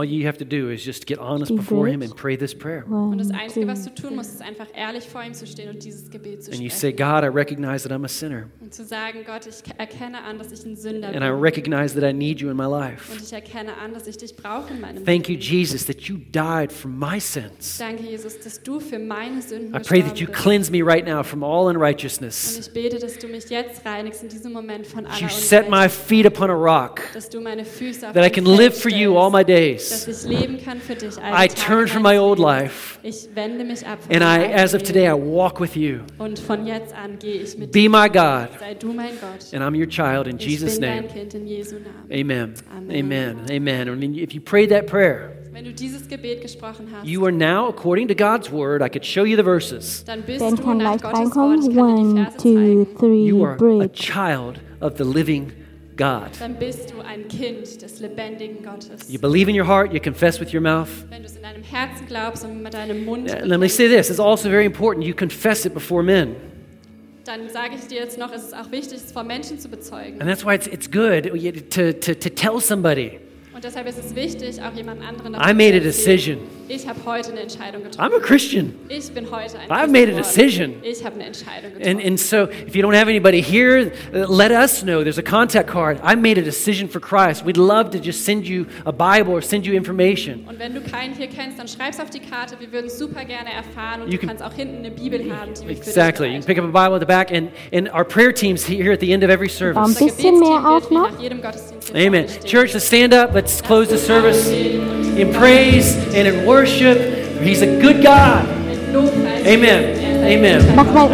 Speaker 1: hereinzulassen.
Speaker 2: you have to do is just get honest
Speaker 3: Die
Speaker 2: before
Speaker 3: Welt.
Speaker 2: him and pray this prayer.
Speaker 1: Und das Einzige, was du tun musst, ist einfach ehrlich vor ihm zu stehen und dieses Gebet zu
Speaker 2: And you say,
Speaker 1: sprechen.
Speaker 2: God, I recognize that I'm a sinner.
Speaker 1: Und zu sagen, Gott, ich erkenne an, dass ich ein Sünder bin.
Speaker 2: And I recognize that I need you in my life.
Speaker 1: Und ich erkenne an, dass ich dich brauche in meinem
Speaker 2: Thank you,
Speaker 1: Leben.
Speaker 2: Jesus, that you died for my sins.
Speaker 1: Danke, Jesus, dass du für meine Sünden
Speaker 2: I pray that you
Speaker 1: gestorben
Speaker 2: cleanse me right now from all
Speaker 1: bist. Und
Speaker 2: unrighteousness.
Speaker 1: ich bete, dass du mich jetzt reinigst in diesem Moment von
Speaker 2: That
Speaker 1: aller
Speaker 2: you set
Speaker 1: Ungerechtigkeit.
Speaker 2: my feet upon a rock,
Speaker 1: Dass du meine Füße auf
Speaker 2: that I
Speaker 1: den
Speaker 2: can
Speaker 1: Fels
Speaker 2: live for you all my
Speaker 1: stellst,
Speaker 2: days.
Speaker 1: Dass ich leben kann für dich. alle
Speaker 2: I
Speaker 1: Tage
Speaker 2: turn from
Speaker 1: meines
Speaker 2: my old
Speaker 1: Lebens.
Speaker 2: life,
Speaker 1: Ich wende mich ab von
Speaker 2: and I,
Speaker 1: meinem
Speaker 2: as of
Speaker 1: alten
Speaker 2: today, I
Speaker 1: Leben.
Speaker 2: walk with you.
Speaker 1: Und von jetzt an gehe ich mit dir.
Speaker 2: Be my God,
Speaker 1: Sei du mein Gott.
Speaker 2: and I'm your child in
Speaker 1: Ich
Speaker 2: Jesus'
Speaker 1: bin dein
Speaker 2: name.
Speaker 1: Kind in Jesu Namen.
Speaker 2: Amen.
Speaker 1: Amen.
Speaker 2: Amen. Amen. I mean, if you prayed that prayer,
Speaker 1: Wenn du dieses Gebet gesprochen hast,
Speaker 2: You are now, according to God's word, I could show you the verses.
Speaker 1: dann bist
Speaker 3: Dann
Speaker 1: du
Speaker 3: kann
Speaker 1: nach
Speaker 3: leicht
Speaker 1: Gottes Wort, ich kann dir die
Speaker 3: reinkommen. One,
Speaker 1: Verse
Speaker 3: two,
Speaker 1: zeigen,
Speaker 3: three,
Speaker 2: You are a
Speaker 3: bridge.
Speaker 2: child of the living God.
Speaker 1: dann bist du ein Kind des lebendigen Gottes.
Speaker 2: You believe in your heart, you confess with your mouth.
Speaker 1: Wenn du es in deinem Herzen glaubst und mit deinem Mund,
Speaker 2: Uh, Let me say this, it's also very important. You confess it before men.
Speaker 1: dann sage ich dir jetzt noch, es ist auch wichtig, es vor Menschen zu bezeugen.
Speaker 2: And that's why it's, it's good to, to, to tell somebody,
Speaker 1: Und deshalb ist es wichtig, auch jemand anderen
Speaker 2: I made
Speaker 1: zu
Speaker 2: a decision.
Speaker 1: erzählen. Ich habe heute eine Entscheidung getroffen.
Speaker 2: I'm a Christian.
Speaker 1: Ich bin heute ein
Speaker 2: I've
Speaker 1: Christ
Speaker 2: made
Speaker 1: geworden.
Speaker 2: a decision.
Speaker 1: Ich habe eine Entscheidung getroffen.
Speaker 2: And, and so if you don't have anybody here, uh, let us know. There's a contact card. I made a decision for Christ. We'd love to just send you a Bible or send you information.
Speaker 1: und wenn du keinen hier kennst, dann schreib's auf die Karte. Wir würden super gerne erfahren. Und
Speaker 2: You
Speaker 1: du
Speaker 2: can-
Speaker 1: kannst auch hinten eine Bibel haben, die wir
Speaker 2: Exactly. You
Speaker 1: für
Speaker 2: can
Speaker 1: dich
Speaker 2: pick up a Bible at the back, and, and our prayer team's here at the end of every
Speaker 3: Ein
Speaker 2: service.
Speaker 1: Unser
Speaker 3: bisschen mehr
Speaker 1: Gebetsteam wird
Speaker 3: auch
Speaker 1: wie
Speaker 3: noch.
Speaker 1: Nach jedem Gottesdienst hier
Speaker 2: Amen.
Speaker 1: vorne stehen.
Speaker 2: Church, let's stand up. Let's close the service in praise and in worship. He's a good God.
Speaker 1: Mit Lobpreis.
Speaker 2: Amen. Amen.
Speaker 3: Mach mal